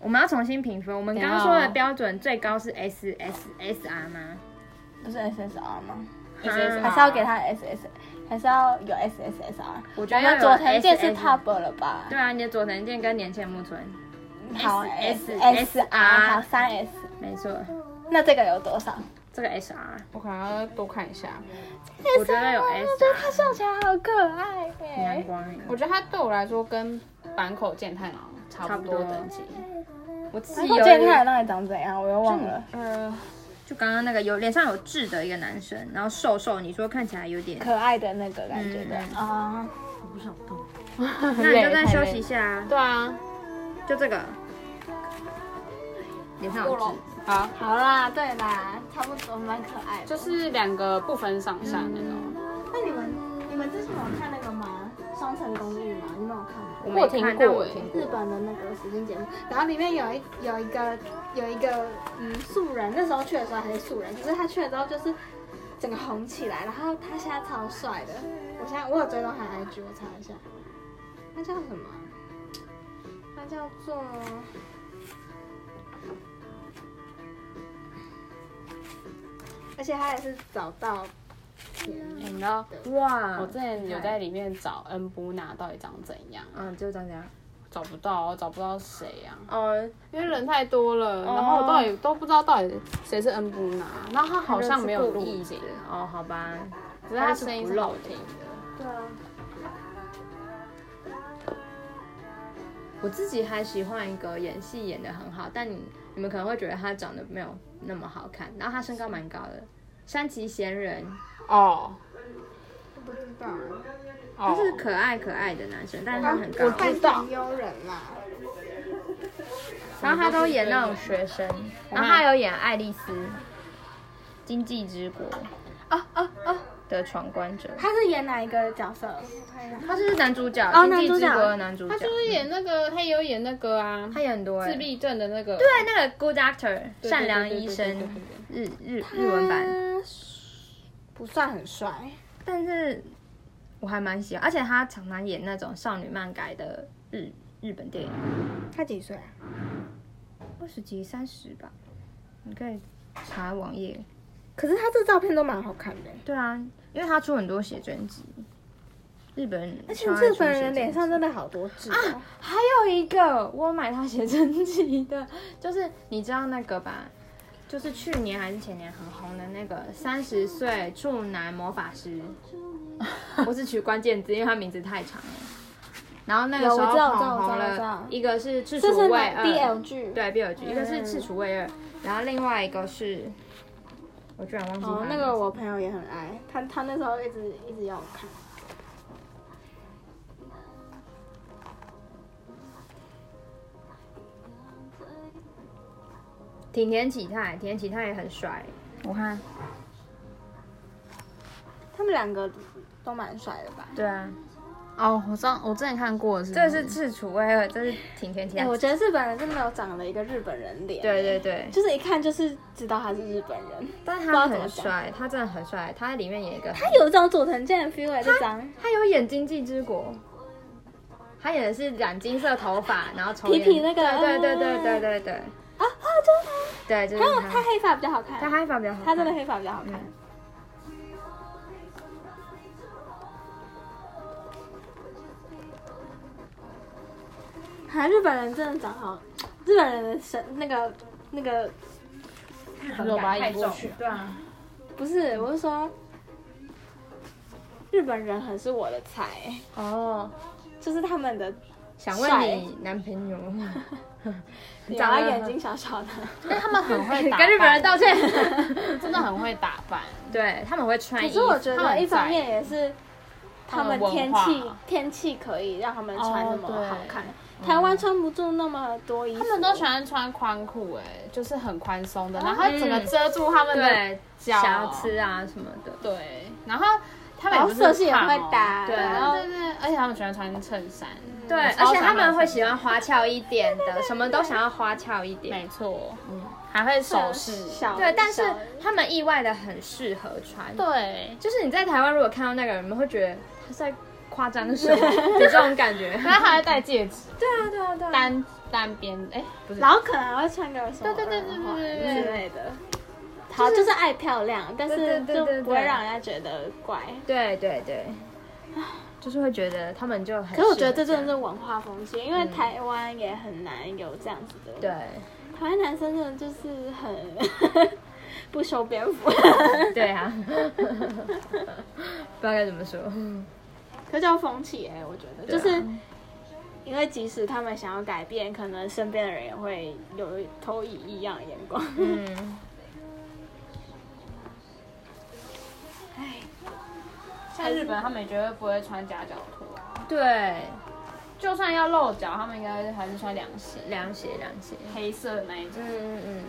S2: 我们要重新评分。我们刚刚
S3: 等一下
S2: 说
S3: 哦
S2: 的标准最高是 S S S R 吗？
S4: 不是 SSR 吗？
S2: 嗯
S4: 还是啊要给他 SS，还是要有 SSSR？
S2: 我觉得
S4: 我
S2: 要
S4: 们
S2: 有
S4: 佐藤健是
S2: SS
S4: top 了吧？
S2: 对啊，你的佐藤健跟年前木村，
S4: 好
S2: S- S-
S4: SSR，好三 S。
S2: 没错，
S4: 那这个有多少？
S2: 这个 S R
S3: 我可能要多看一下。
S2: 我觉得有 S，
S4: 我觉得他笑起来好可爱
S2: 阳
S4: 耶。
S2: 光
S3: 我觉得他对我来说跟坂口健太郎差
S2: 差
S3: 不
S2: 不
S3: 多
S2: 多
S3: 等级。
S2: 我自己
S4: 我
S2: 有
S4: 健太郎到底长怎样？我又忘了。
S3: 呃，
S2: 就刚刚那个有脸上有痣的一个男生，然后瘦瘦，你说看起来有点，
S1: 可爱的那个感觉的
S2: 嗯
S4: 哦
S1: 啊，
S2: 那你就再休息一下啊，
S3: 对啊，
S2: 就这个，脸上有痣，
S3: 好，
S4: 好啦，对啦，差不多蛮可爱的。
S3: 就是两个不分上下那
S2: 嗯
S3: 种。
S4: 那你们你们之前有看那个吗？《双层公寓》吗？你们有看吗？
S2: 我
S3: 我有
S2: 没
S3: 听
S2: 看，
S3: 过
S2: 但我有
S3: 欸
S2: 听
S4: 日
S2: 过，
S4: 本的那个实境节目，然后里面有一有一个有一个嗯素人，那时候去的时候还是素人，可是他去了之后就是整个红起来，然后他现在超帅的，我现在我有追踪他的 IG，我查一下，他叫什么啊？他叫做而且他也是找到甜
S3: 欸你知道，我
S2: 哇
S3: 之，前有在里面找恩布娜到底长怎样，
S2: 嗯，就这样，
S3: 找不到，找不到谁啊，
S2: 哦，
S3: 因为人太多了，然后我到底都不知道到底谁是恩布娜，然后他好像没有
S2: 故
S3: 录
S2: 意的
S3: 影，，
S2: 哦，好吧，
S3: 只是他声音是好听的。
S4: 对啊，
S2: 我自己还喜欢一个演戏演的很好，但你你们可能会觉得他长得没有那么好看，然后他身高蛮高的，山崎贤人，
S3: 哦
S4: 我不知道啊，
S2: 他
S3: 哦，
S2: 是可爱可爱的男生，但是他很高
S4: 我，看成悠人啦，
S2: 然后他都演那种学生，
S3: 嗯
S2: 然后他有演《爱丽丝》《经济之国》
S4: 哦哦哦，
S2: 的闯关者，
S4: 他是演哪一个角色？我看一下。
S2: 他就是男主角，
S4: 哦
S2: 经济
S4: 男主
S2: 之
S4: 角
S2: 国》的男主角
S3: 他，就是演那个，他也有演那个啊，
S2: 他演很多欸
S3: 自闭症的那个，
S2: 对那个 Good Doctor
S3: 对
S2: 善良医
S3: 对对
S2: 生
S3: 对对
S2: 日日日文版，
S4: 他不算很帅，
S2: 但是我还蛮喜欢，而且他常常演那种少女漫改的日日本电影。
S4: 他几岁啊？
S2: 二十几、三十吧，你可以查网页。
S4: 可是他这照片都蛮好看的，欸
S2: 对啊，因为他出很多写真集，日本人
S4: 而且
S2: 超爱出写
S4: 日
S2: 真集，
S4: 本人脸上真的好多痣啊！
S2: 还有一个我买他写真集的，就是你知道那个吧？就是去年还是前年很红的那个三十岁处男魔法
S4: *laughs*
S2: 师，我只取关键字，因为他名字太长了。然后那个时
S4: 有我
S2: 候
S4: 知道
S2: 捧
S4: 我知
S2: 红
S4: 道我知道我知道
S2: 了，一个是《赤
S4: 这是
S2: 楚卫
S4: 哪
S2: 二》
S4: BL 剧，
S2: 对 B 尔剧，一个是赤楚卫二，然后另外一个是，我居然忘记
S4: 哦，
S2: 他的
S4: 那
S2: 名
S4: 个
S2: 字
S4: 我朋友也很爱，他他那时候一直一直要我看。
S2: 挺田启泰，挺田启泰也很帅。我看，
S4: 他们两个都蛮帅的吧？
S2: 对啊，
S3: 哦，我上我之前看过的是，
S2: 这是赤楚卫二，这是挺田启
S4: 哎、
S2: 泰。
S4: 我觉得日本人真的没有长了一个日本人脸，，
S2: 对对对，
S4: 就是一看就是知道他是日本人。
S2: 但是
S4: 不知
S2: 他
S4: 道怎么
S2: 很帅，他真的很帅。他在里面演一个，
S4: 他有一种佐藤健的 feel 哎，这张
S2: 他有演《经济之国》，他演的是染金色头发，然后抽
S4: 皮
S2: 烟
S4: 皮那个
S2: 对对对对对对对
S4: 啊啊，就是
S2: 对，就
S4: 他，还有
S2: 是
S4: 他
S2: 他。
S4: 黑发比较好看，
S2: 他黑发比较好看，
S4: 他真的黑发比较好看。啊，日本人真的长好，日本人的神那个那个
S3: 我把它移过去，
S2: 对啊，
S4: 不是，我是说，日本人很是我的菜，
S2: 哦，
S4: 就是他们的，
S2: 想问你男朋友吗？
S4: 你
S2: 长
S4: 要
S2: 得
S4: 啊眼睛小小的，
S3: 但他们很会打扮，
S2: 跟日本人道
S3: *laughs*
S2: 歉，
S3: 真的很会打扮，
S2: 对他们会穿
S4: 可
S2: 衣
S4: 是
S2: 服，
S4: 我觉
S3: 他们
S4: 得一方
S3: 在
S4: 面也是他们
S3: 文
S4: 天
S3: 化
S4: 气天气可以让他们穿那么
S3: 哦对
S4: 好看，台湾穿不住那么多衣服。
S3: 他们都喜欢穿宽裤，哎，就是很宽松的，然后整个遮住他们的
S2: 对
S3: 脚，
S2: 瑕疵啊什么的，
S3: 对，然后他们
S4: 然
S3: 也
S4: 后
S3: 不是
S4: 色系也
S3: 胖
S4: 会
S3: 哦
S4: 打，
S2: 对
S3: 对
S4: 然后
S3: 对对，而且他们喜欢穿衬衫，
S2: 对，而
S3: 超
S2: 且
S3: 想
S2: 他们
S3: 买
S2: 会喜欢花俏一点的，什么都想要花俏一点
S3: 没。错，还会首饰，
S4: 小
S2: 对，但是
S4: 小
S2: 他们意外的很适合穿。，
S3: 对，
S2: 就是你在台湾如果看到那个人，你们会觉得他是在夸张什么的这种感觉。
S3: 然后还会戴戒指，
S2: 对啊，对啊，对啊。
S3: 单单边，哎，不是
S4: 然后可能还会穿个什
S3: 对
S4: 么
S3: 对对对对对对
S4: 之类的。好，就是爱漂亮，但
S2: 对
S4: 是
S2: 对对
S4: 就
S2: 对
S4: 不会
S2: 对
S4: 让人家觉得怪。
S2: 对对对，就是会觉得他们就很适合样。
S4: 可是我觉得
S2: 啊
S4: 这真的是文化风气，因为台湾也很难有这样子的。
S2: 嗯对
S4: 台湾男生真的就是很 *laughs* 不修边幅。 *laughs* 可
S2: *laughs* 对啊， *laughs* 不知道该怎么说。
S4: 是叫风气哎、我觉得、
S2: 对
S4: 就
S2: 啊
S4: 是因为即使他们想要改变，可能身边的人也会有投以异样的眼光。
S2: 嗯，
S3: 在日本他们绝对不会穿夹脚拖啊，
S2: 对，
S3: 就算要露脚，他们应该还是穿凉鞋，
S2: 凉鞋凉鞋，
S3: 黑色的那一种。
S2: 嗯嗯嗯，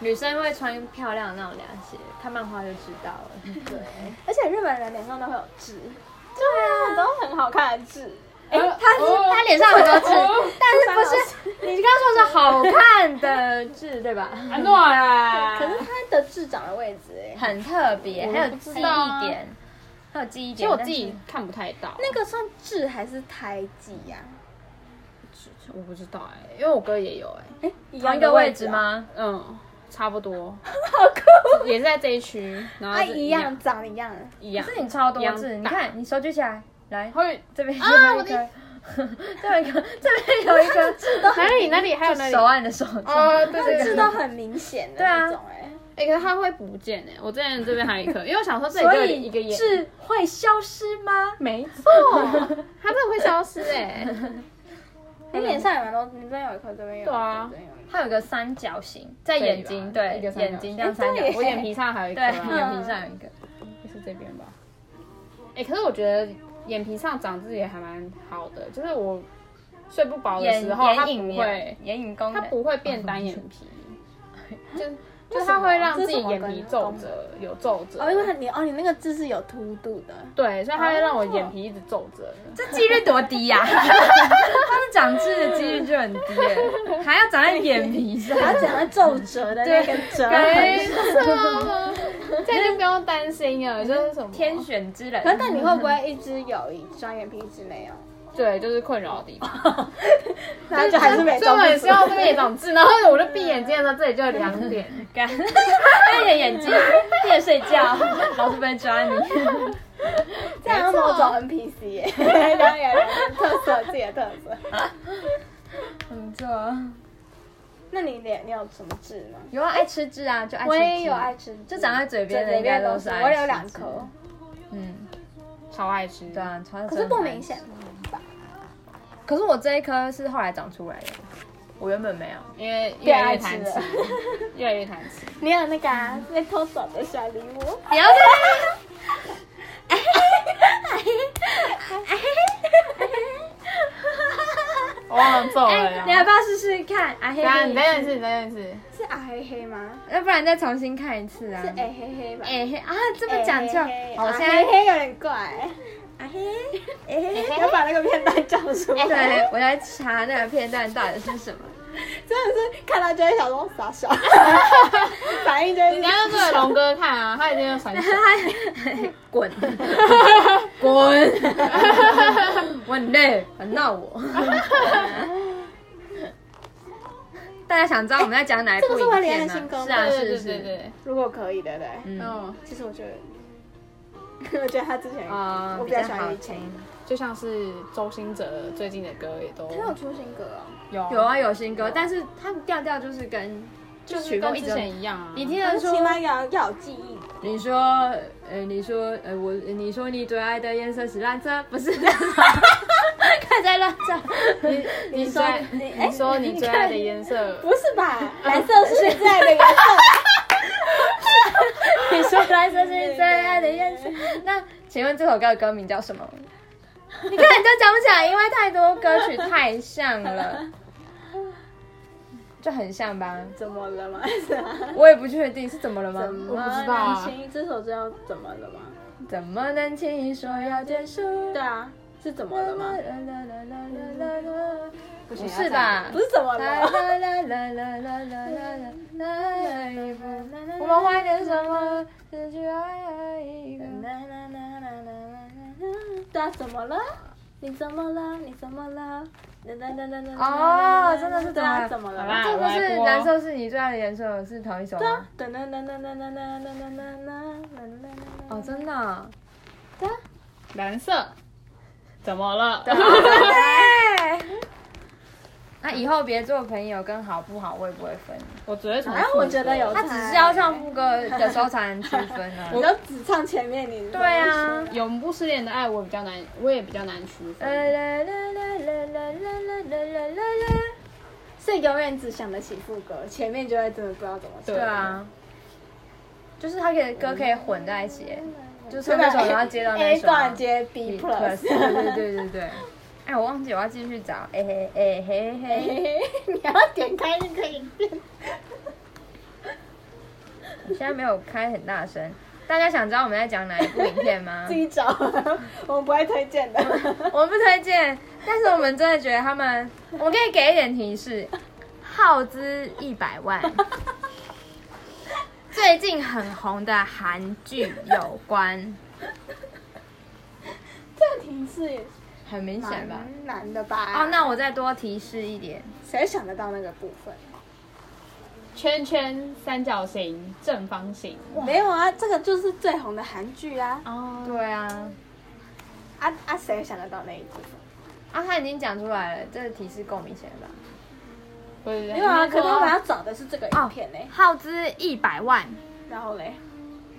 S2: 女生会穿漂亮的那种凉鞋，看漫画就知道了。对，
S4: *laughs* 而且日本人脸上都会有痣，
S2: 对啊，
S4: 都很好看的痣。
S2: 哎、
S3: 哦
S2: 他是、他脸上很多痣，但是 *laughs* 不是你刚刚说是好看的痣对吧？
S3: 安诺啦，
S4: 可是他的痣长的位置，
S2: *laughs*
S4: 哎，
S2: 很特别，还有记
S3: 道
S2: 忆
S3: 啊
S2: 点，还有记忆
S3: 其实
S2: 点。
S3: 我
S2: 但
S3: 自
S2: 是
S3: 己看不太到，
S4: 那个算痣还是胎记呀？
S3: 我不知道哎、因为我哥也有哎、
S2: 同一个位置？吗？
S3: 嗯，差不多，也是在这一区，然后
S4: 啊，
S3: 是
S4: 一样长得一样。 *laughs*
S3: 一样
S2: 可，是你超多
S3: 一样
S2: 痣，你
S3: 大
S2: 看你手举起来，来
S3: 会
S2: 这边 *laughs* 有一颗，这边有一颗，这边有一颗痣 *laughs* 都
S3: 哪里哪里还有哪里
S2: 手腕的手 *laughs*
S3: 哦，对对
S4: 但
S3: 对
S4: 痣，都很明显的
S2: 对啊
S4: 那种哎、
S3: 哎、可是它会不见哎、我之前这边还有一颗，因为我想说这里
S2: 所
S3: 就有
S2: 以
S3: 一个眼，
S2: 痣会消失吗？
S3: 没错， *laughs* 它真的会消失哎、
S4: 你
S2: 嗯
S4: 脸上也蛮多，你这边有一颗，这边有一颗，
S3: 对啊
S4: 这边有一颗
S2: 它有个三角形，在眼睛，
S3: 这里吧
S2: 对
S3: 一个，三角
S2: 眼睛这样
S4: 形
S2: 三角
S4: 哎
S2: 形，
S3: 我眼皮上还有一颗、
S2: 对，眼
S3: 啊，
S2: 皮上有一个。
S3: 就是这边吧。哎、可是我觉得眼皮上长痣也还蛮好的，就是我睡不饱的
S2: 眼
S3: 时候，它
S2: 眼
S3: 不
S2: 影
S3: 会
S2: 也，眼影功
S3: 它
S2: 能，
S3: 不会变单眼皮，就就它会让自己眼皮皱褶，有皱褶。
S4: 哦，因为你哦，你那个痣是有凸度的，
S3: 对，所以它会让我眼皮一直皱褶。
S2: 这几率多低 *laughs* 呀、它是长痣的几率就很低耶， *laughs* 还要长在眼皮上。
S4: 然后讲到皱褶的那个 *laughs* 褶痕。
S3: 没错，这样就不用担心了，就是什么
S2: 天选之人，
S4: 可是，但你会不会一只有一双眼皮，一只没有？
S3: 对，就是困扰的地方。
S4: 然后就还是没
S3: 所以
S4: 装
S3: 我
S4: 不
S3: 也
S4: 出
S3: 希望这边也长痣，然后我就闭眼睛的时候，这里就有两点。
S2: 干， *laughs* 闭着眼睛，闭着睡觉，老师不会抓你。
S4: 这样某种 NPC *laughs* 耶、欸，两眼特色自己的特色。
S2: 很不错，
S4: 那你脸你有什么痣吗？
S2: *laughs* 有啊，爱吃痣啊，就爱吃痣。
S4: 我也有爱吃痣，
S2: 就长在嘴边的
S4: 嘴边
S2: 应该都
S4: 都
S2: 是
S4: 是，
S2: 爱
S4: 我
S2: 吃痣
S4: 有两颗，
S2: 嗯，
S3: 超爱吃，
S2: 对啊，传
S4: 可是不明显。
S2: 可是我这一颗是后来长出来的，我原本没有。
S3: 因为越
S4: 变
S3: 来
S4: 爱
S3: 越
S4: 吃
S3: 贪
S4: 了
S3: 吃，。越来越贪吃。
S4: 你有那个、啊、被偷走的小礼物，
S2: 不要这 *laughs* 样。
S3: *laughs* 我忘了揍
S2: 哎，你要不要试试看？啊嘿
S3: 等一下，你
S2: 嘿，
S3: 等一次，你等一次。
S4: 是啊黑黑吗？
S2: 要不然再重新看一次啊
S4: 是。哎黑黑吧？
S2: 哎嘿啊，这么讲究，
S4: 哎
S2: 我
S4: 啊
S2: 现在
S4: 黑黑有点怪、啊黑，哎黑，要把那个片段叫出来。
S2: 对我来查那个片段到底是什么。
S4: 真的是看到就会想说傻 *laughs* 笑，反应就
S3: 你
S4: 是
S3: 要让这个龙哥看啊，他已经
S2: *laughs*
S3: 传手。
S2: 滚
S3: *laughs*
S2: 滚，我很累，很啊闹我。 *laughs* 大家想知道我们在讲哪一部
S4: 这个是我
S2: 影
S4: 恋
S2: 片
S4: 爱
S2: 吗
S4: 星？空
S2: 是啊，
S3: 对
S2: 是
S3: 对对
S2: 是，
S3: 对，
S4: 如果可以的对。
S2: 嗯
S3: 嗯，
S4: 其实我觉得，我觉得 *laughs* 他之前
S2: 啊，
S4: 我比较喜欢以前，
S3: 就像是周兴哲最近的歌也都
S4: 他有出新歌哦，
S3: 有
S2: 有啊，有新歌，但是它的调调就是跟就
S3: 就是
S2: 曲
S3: 是
S2: 风
S3: 跟
S2: 一
S3: 之
S2: 直都
S3: 前一样啊。
S2: 你听
S4: 但
S2: 得
S4: 是
S2: 出
S4: 起码要要有记忆。
S2: 你说，呃，你说，呃，我，你说你最爱的颜色是蓝色，
S3: *laughs*
S2: 不是？看在乱讲，
S3: 你
S4: 说
S3: 最
S4: 你哎
S3: 你说你最爱的颜色，
S4: 不是 *laughs* 吧？蓝色是最爱 *laughs* 的颜色，
S2: 你说蓝色是你最爱的颜色。那请问这首歌的歌名叫什么？你看你就讲不起来，因为太多歌曲太像了，就很像吧？
S4: 怎么了吗？ *laughs* 是啊
S2: 我也不确定是怎么了吗？
S3: 我不知道啊。
S4: 情这首歌要怎么了吗？
S2: 怎么能轻易说要结束？
S4: 对啊，是怎么了吗？
S3: 不
S2: 不
S3: 行
S2: 是？吧？
S4: 不是怎么
S2: 啦啦
S4: 了，
S2: 啦啦啦啦啦啦啦！我们怀念什么？只去爱一个。
S4: 对啊，怎么了？你怎么了？你怎么了？
S2: 哦，真的是
S4: 对啊，怎么
S3: 好
S4: 了？
S3: 啦，
S2: 这
S3: 我
S2: 不
S3: 来
S2: 是
S3: 播
S2: 蓝色是你最爱的颜色，是同一首
S4: 对
S2: 吗
S4: 啊？，噔噔噔噔噔噔噔噔噔噔噔噔
S2: 哦，真的 *laughs* 哦。
S3: 蓝色，怎么了？
S2: 那以后别做朋友，跟好不好我也不会分。
S3: *laughs* 我只会重复
S4: 啊，我觉得有
S2: 他
S4: 差，
S2: 只是要唱副歌的时候才能区分
S4: *laughs*
S2: 啊。
S4: 你就只唱前面，你
S2: 对啊。
S3: 永不失联的爱，我比较难，我也比较难区分。
S2: 呃
S4: 是永远只想得起副歌，前面
S2: 啊
S4: 就会真的不知道怎么唱。
S2: 对啊，就是它可以歌可以混在一起耶，就是那首，然后接到那
S4: A
S2: 首啊
S4: 段接 B plus，
S2: 对对对对对。哎，我忘记我要继续找，哎嘿哎嘿嘿，
S4: 你要点开那个影片，
S2: 我现在没有开很大声。大家想知道我们在讲哪一部影片吗
S4: *laughs* 自？己找，我们不会推荐的。
S2: 我们不推荐，但是我们真的觉得他们，我可以给一点提示，耗资一百
S4: *laughs*
S2: 万。最近很红的韩剧有关，
S4: 这个提示也
S2: 很明显吧？
S4: 蛮难的吧？
S2: 哦，那我再多提示一点，
S4: 谁想得到那个部分？
S3: 圈圈、三角形、正方形。
S4: 没有啊，这个就是最红的韩剧啊！
S3: 哦，
S2: 对啊，
S4: 啊啊，谁想得到那一部分？
S2: 啊，他已经讲出来了，这个提示够明显了吧？
S3: 对
S4: 没有啊，可是我们要找的是这个影片呢、
S2: 耗资一百万，
S4: 然后嘞，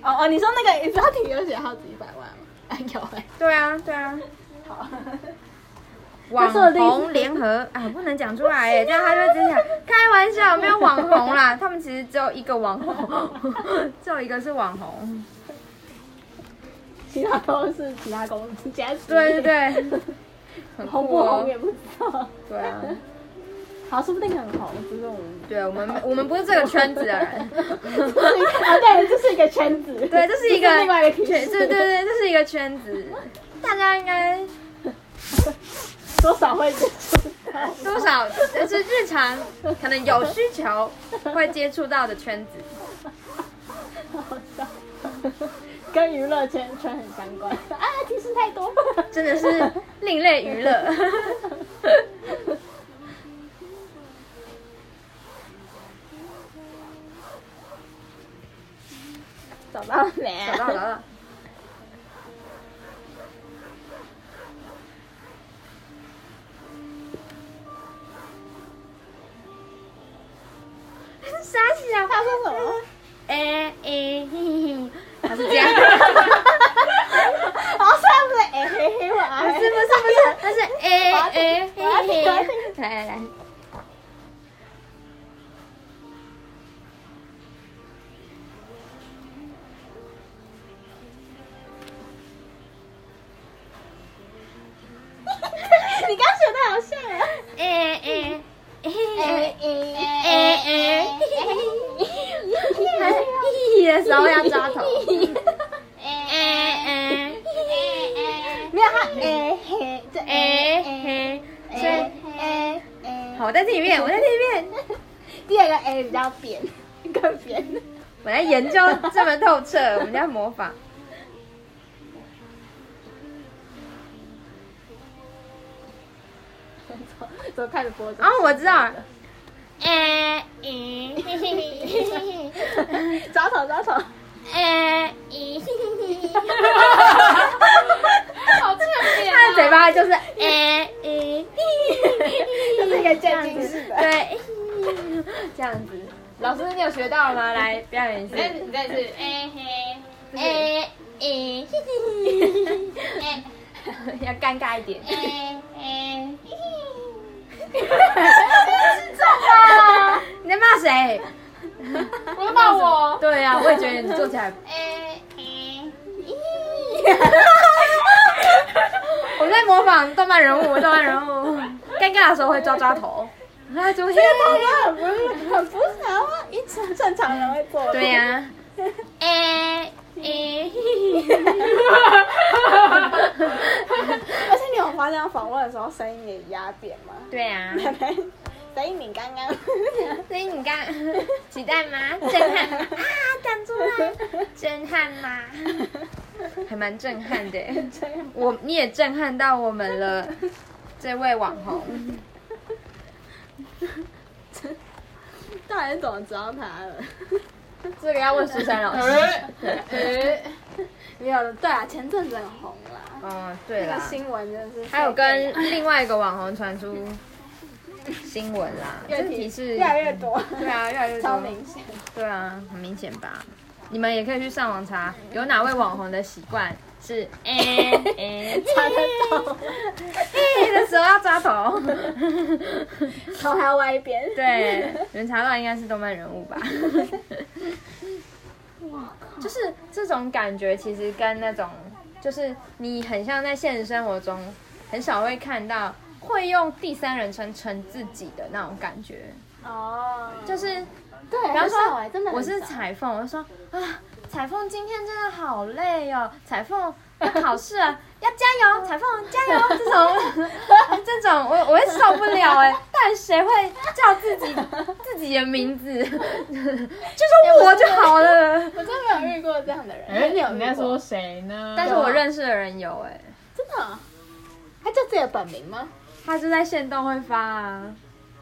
S4: 哦哦，你说那个标题有写耗资一百万吗？啊有哎、
S2: 对啊，对啊，
S4: 好，
S2: 网
S4: 是我的意思
S2: 红联合啊，不能讲出来耶，这样他就只 *laughs* 想开玩笑，没有网红啦，他们其实只有一个网红， *laughs* 只有一个是网红，
S4: 其他都是其他公司，其他企
S2: 对
S4: 业
S2: 对，
S4: *laughs*
S2: 对，很酷
S4: 红不
S2: 哦
S4: 红也不知道。
S2: 对啊，
S4: 好，说不定很红，只是我们
S2: 对我们我们不是这个圈子的
S4: *laughs*
S2: 人，
S4: 啊，对，这是一个圈子，
S2: 对，这是一个
S4: 另外一个提
S2: 对
S4: 示，
S2: 对对对，这是一个圈子，大家应该
S4: 多少会接触到。
S2: 多少就是日常可能有需求会接触到的圈子。
S4: 好笑，跟娱乐圈圈很相关。啊，提示太多。
S2: 真的是另类娱乐。
S4: *laughs* 找到了没
S2: 找
S4: 啊？
S2: 到了找到了，傻笑， *laughs*
S4: 他说什 *laughs* 么？
S2: 哎哎，他是这
S4: *laughs*
S2: 样，
S4: 哦，上次哎嘿嘿，我
S2: 不
S4: 爱
S2: 是不是不是，他是哎哎嘿嘿，来来来，
S4: 你刚学的好像啊。
S2: 哎哎哎哎
S4: 哎
S2: 哎，他是嘿嘿的时候要抓 *laughs* 头，哎哎。
S4: 没有他哎嘿，这
S2: 哎
S4: 哎
S2: 嘿，
S4: 哎
S2: 所以
S4: 哎哎，
S2: 好，我再听一遍，我再听一遍，
S4: 第二个 A 比较扁，更扁。
S2: 我来研究这么透彻，我们在模 *laughs* 仿。
S4: 怎么开始播？
S2: 哦，我知道了，
S5: 哎咦嘿嘿嘿嘿嘿嘿
S4: 抓头抓头。
S5: 哎咦嘿嘿嘿嘿
S3: 好正面
S2: 他的嘴巴就是
S5: 哎咦
S4: 这个渐
S2: *laughs*
S4: 进式的，
S2: 对，这样子。老师，你有学到了吗？来表演 *laughs* 一次。
S3: 哎，你再是
S5: 哎嘿哎咦嘿嘿嘿嘿哎
S2: 要尴尬一点。
S5: 哎哎嘿
S2: 啊你在骂谁？
S3: 我要骂我，
S2: 对呀、啊，我也觉得你做起来，
S5: 哎哎
S2: 我们在模仿动漫人物，动漫人物 *laughs* 尴尬的时候会抓抓头，啊，就嘿
S4: 很不是很不是啊，一正正常人会做。
S2: 对啊呀、
S5: 哎咦
S4: 而且你有发现访问的时候声音也压扁吗？
S2: 对啊呀、
S4: 所以你刚刚
S2: 所以 *laughs* 你刚期待吗？震撼吗？啊，讲出来，震撼吗？还蛮 *laughs* 震撼的，我你也震撼到我们了，这位网红。
S4: 到底是怎么知道他的？
S2: 这个要问苏珊老师。
S3: 哎哎，
S4: 没有，对啊，前阵子很红啦，
S2: 哦，对
S4: 那
S2: 啦
S4: 个，新闻真的是
S2: 还有跟
S4: 啊
S2: 另外一个网红传出新闻啦，这提示
S4: 越来越多，
S2: 对啊，越来越
S4: 超
S2: 多，
S4: 明显。
S2: 对啊，很明显吧？你们也可以去上网查，有哪位网红的习惯
S4: *laughs*
S2: 是哎哎
S4: 查得到，
S2: 哎的时候要抓头。
S4: 头还要歪一边。
S2: 对，人查到应该是动漫人物吧？
S4: 哇靠！
S2: 就是这种感觉，其实跟那种就是你很像在现实生活中很少会看到会用第三人称称自己的那种感觉，
S1: 哦，
S2: 就是
S1: 对，
S2: 比方
S1: 很少欸真的
S2: 说
S1: 很
S2: 我是
S1: 少
S2: 彩凤，我就说啊，彩凤今天真的好累哦，彩凤要考试了， *laughs* 要
S1: 嗯
S2: 加油，彩凤加油！这种 *laughs* 这种我我会受不了
S1: *laughs*
S2: 哎，但谁会叫自己自己的
S1: *laughs*
S2: 名字？就是我就好了。
S4: 我真没有遇过这样的人。
S3: 哎，
S4: 你有
S3: 你在说谁呢？
S2: 但是我认识的人有
S1: 啊
S2: 哎，
S4: 真的哦？他叫自己的本名吗？
S2: 他就在线动会发啊，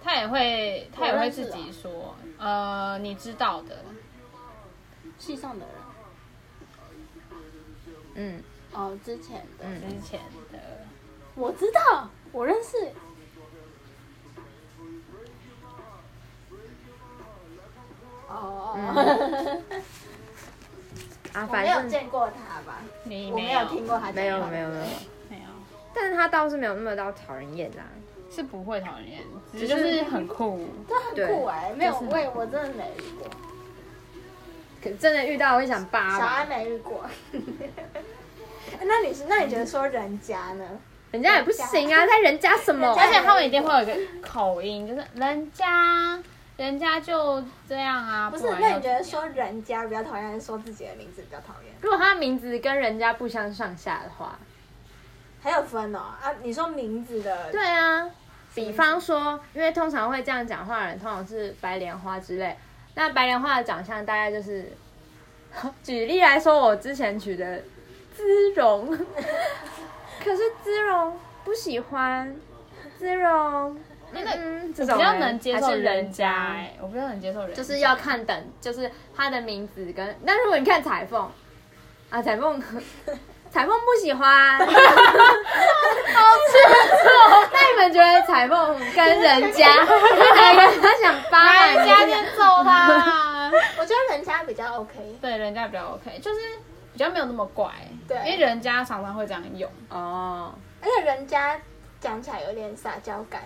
S3: 他也会，他也会自己说，呃，你知道的，
S4: 系上的人
S2: 嗯
S4: 哦，之前的
S2: 嗯，
S3: 之前的，
S4: 我知道，我认识。
S1: 哦 *laughs*
S4: 哦，
S2: 啊，
S1: 没有
S2: 反正
S1: 见过他吧？
S3: 你
S1: 我
S3: 没
S1: 没有听过他讲
S2: 没有
S1: 话
S2: 没有没有，
S3: 没有，
S2: 但是他倒是没有那么到讨人厌啦，啊
S3: 是不会讨厌，只是就是
S2: *laughs*
S3: 很酷，
S1: 这很
S2: 对
S1: 酷哎、没有喂，我真的没遇过，
S2: 可真的遇到会想扒
S1: 小
S2: 吧
S1: 安。没遇过。那你是那你觉得说人家呢？
S2: 人家也不行啊，在人家什么？
S3: 而且他们一定会有一个口音，就是人家，人家就这样啊，
S1: 不
S3: 不
S1: 是，
S3: 然
S1: 那
S3: 又
S1: 你觉得说人家比较讨厌，还是说自己的名字比较讨厌？
S2: 如果他名字跟人家不相上下的话，
S1: 还有分哦啊！你说名字的，
S2: 对啊，比方说，因为通常会这样讲话的人，通常是白莲花之类。那白莲花的长相大概就是，举例来说，我之前取的姿容， *laughs* 可是姿容不喜欢，姿容，嗯嗯，这种
S3: 比较
S2: 人
S3: 能接
S2: 还
S3: 受
S2: 是
S3: 人家、
S2: 家欸
S3: 哎，我比较能接受人家，
S2: 就是要看等，就是他的名字跟。那如果你看彩凤，啊，彩
S3: *laughs*
S2: 凤，彩凤不喜欢，好吃
S3: 哦
S2: 那你们觉得彩凤跟人家哪个他想扒
S3: 人家就揍他
S2: *laughs*
S3: 啊，
S1: 我觉得人家比较 OK。
S3: 对，人家比较 OK，就是比较没有那么怪，
S1: 对
S3: 因为人家常常会这样用，
S2: 哦，
S1: 而且人家讲起来有点撒娇感，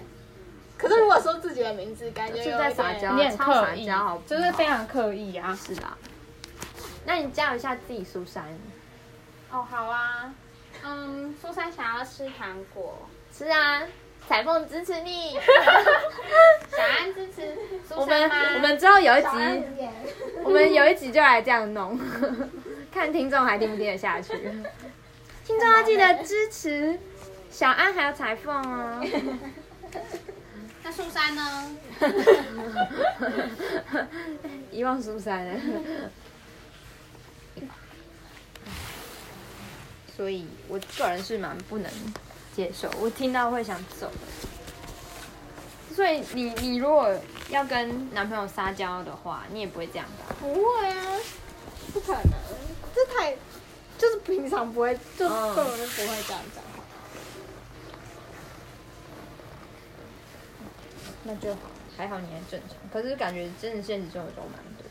S1: 可是如果说自己的名字，感觉
S2: 是
S1: 有
S2: 在
S1: 一
S2: 撒
S1: 点
S2: 娇，
S3: 你很
S2: 啊超
S3: 刻
S2: 撒
S3: 意
S2: 娇，好不好，
S3: 就是非常刻意啊，
S2: 是啊。那你加油一下自己苏珊，
S5: 哦，好啊。嗯，苏珊想要吃糖果，
S2: 是啊，彩凤支持 *laughs* 你。
S5: 小安支持苏
S2: 我们
S5: 珊吗？
S2: 我们之后有一
S1: 小安
S2: 集
S1: 无言
S2: 我们有一集就来这样弄， *laughs* 看听众还听不听得下去。听众要记得支持小安还有裁缝哦。
S5: 那苏珊呢？
S2: 遗忘苏珊了。所以我个人是蛮不能接受，我听到会想走的。所以你你如果要跟男朋友撒娇的话，你也不会这样吧？
S1: 不会啊，不可能，这太就是平常不会，就
S2: 嗯
S1: 根本就不会这样讲话。
S2: 那就好，还好你还正常。可是感觉真的现实生活中蛮多的。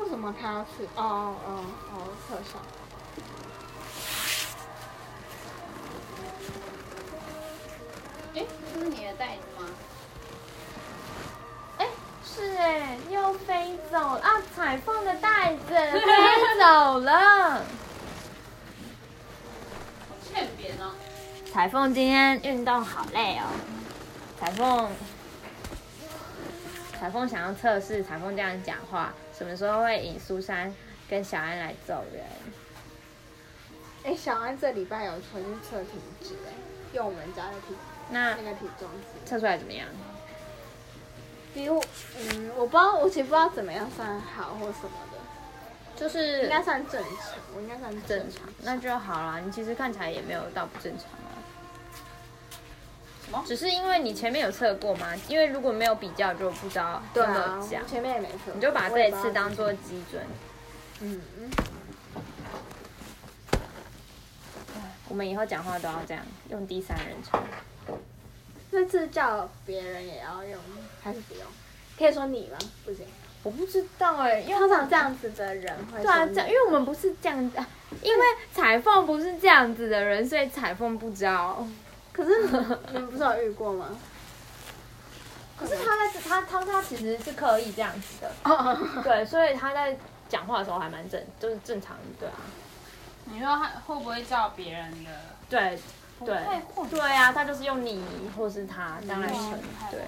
S1: 为什么他要去？哦哦哦哦，特效。
S5: 哎，这是你的袋子吗？
S2: 是哎、又飞走了啊！彩凤的袋 *laughs* 子飞走了。
S5: 欠扁哦。
S2: 彩凤今天运动好累哦。彩凤，彩凤想要测试彩凤这样讲话，什么时候会引苏珊跟小安来揍人？
S1: 哎、小安这礼拜有回去测体脂、哎，用我们家的体
S2: 那
S1: 那个体重机，
S2: 测出来怎么样？
S1: 比我嗯，我不知道，我其实不知道怎么样算好或什么的，
S2: 就是
S1: 应该算正常，我应该算正
S2: 正常，那就好啦。你其实看起来也没有到不正常啊。只是因为你前面有测过嘛，因为如果没有比较就不知道
S1: 对
S2: 怎
S1: 啊
S2: 么，讲
S1: 我。前面也没测，
S2: 你就把
S1: 我
S2: 这
S1: 也
S2: 一
S1: 不知
S2: 次
S1: 道
S2: 当做基准。
S1: 嗯嗯，
S2: 我们以后讲话都要这样，用第三人称。
S1: 那次叫别人也要用还是不用？可以说你吗？不行，
S2: 我不知道哎、因为
S1: 通常这样子的人会
S2: 对啊，
S1: 说
S2: 这
S1: 你
S2: 样，因为我们不是这样子，啊因为彩凤不是这样子的人，所以彩凤不知道。 *laughs*
S1: 可是你你们不是有遇过吗？
S2: 可是他在他他他其实是刻意这样子的， *laughs* 对，所以他在讲话的时候还蛮正，就是正常的，对啊，
S3: 你说他会不会照别人的？
S2: 对对
S3: 太混
S2: 对啊，他就是用你或是他当然成，对，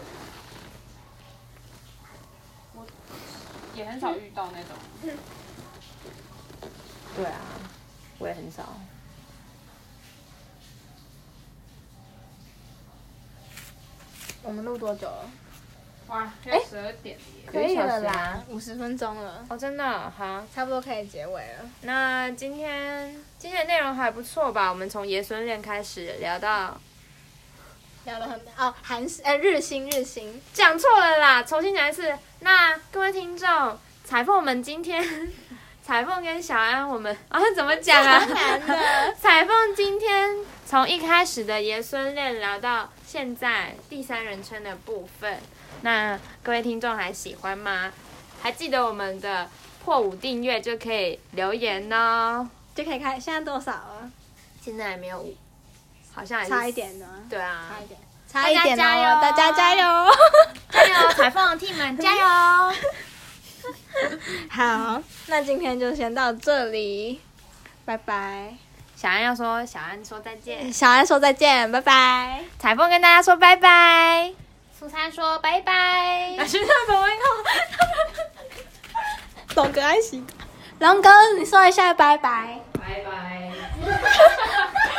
S3: 我也很
S5: 嗯
S3: 少遇到那种。
S2: 对啊，我也很少。
S1: 我们录多久了？
S3: 哇，要十二点了耶！
S2: 可以了啦，
S1: 五十分钟了，
S2: 哦，真的好。
S1: 差不多可以结尾了。
S2: 那今天今天的内容还不错吧？我们从爷孙恋开始聊到，
S1: 聊了很哦，韩式呃日新日新，
S2: 讲错了啦，重新讲一次。那各位听众，彩凤，我们今天 *laughs* 彩凤跟小安，我们 *laughs* 啊怎么讲啊？ *laughs* 彩凤今天从一开始的爷孙恋聊到现在第三人称的部分，那各位听众还喜欢吗？还记得我们的破五订阅就可以留言哦。
S1: 就可以看现在多少了？
S2: 现在还没有五，好像还是
S1: 差一。点呢，
S2: 对啊，
S1: 差一点，差一点哦，
S2: 大
S1: 大
S2: 家
S1: 家
S2: 加
S1: 加
S2: 油 *laughs*
S1: 油！
S2: 加油，彩凤 team 们加油！
S1: 好， *laughs* 那今天就先到这里，拜拜。
S2: 小安要说，小安说再 *laughs* 见，
S1: 小安说再见，拜拜。
S2: 彩凤跟大家说拜拜。
S6: 苏珊说拜拜。
S2: 徐特怎么
S1: 龙哥爱心，龙哥，你说一下拜拜。
S6: 拜拜。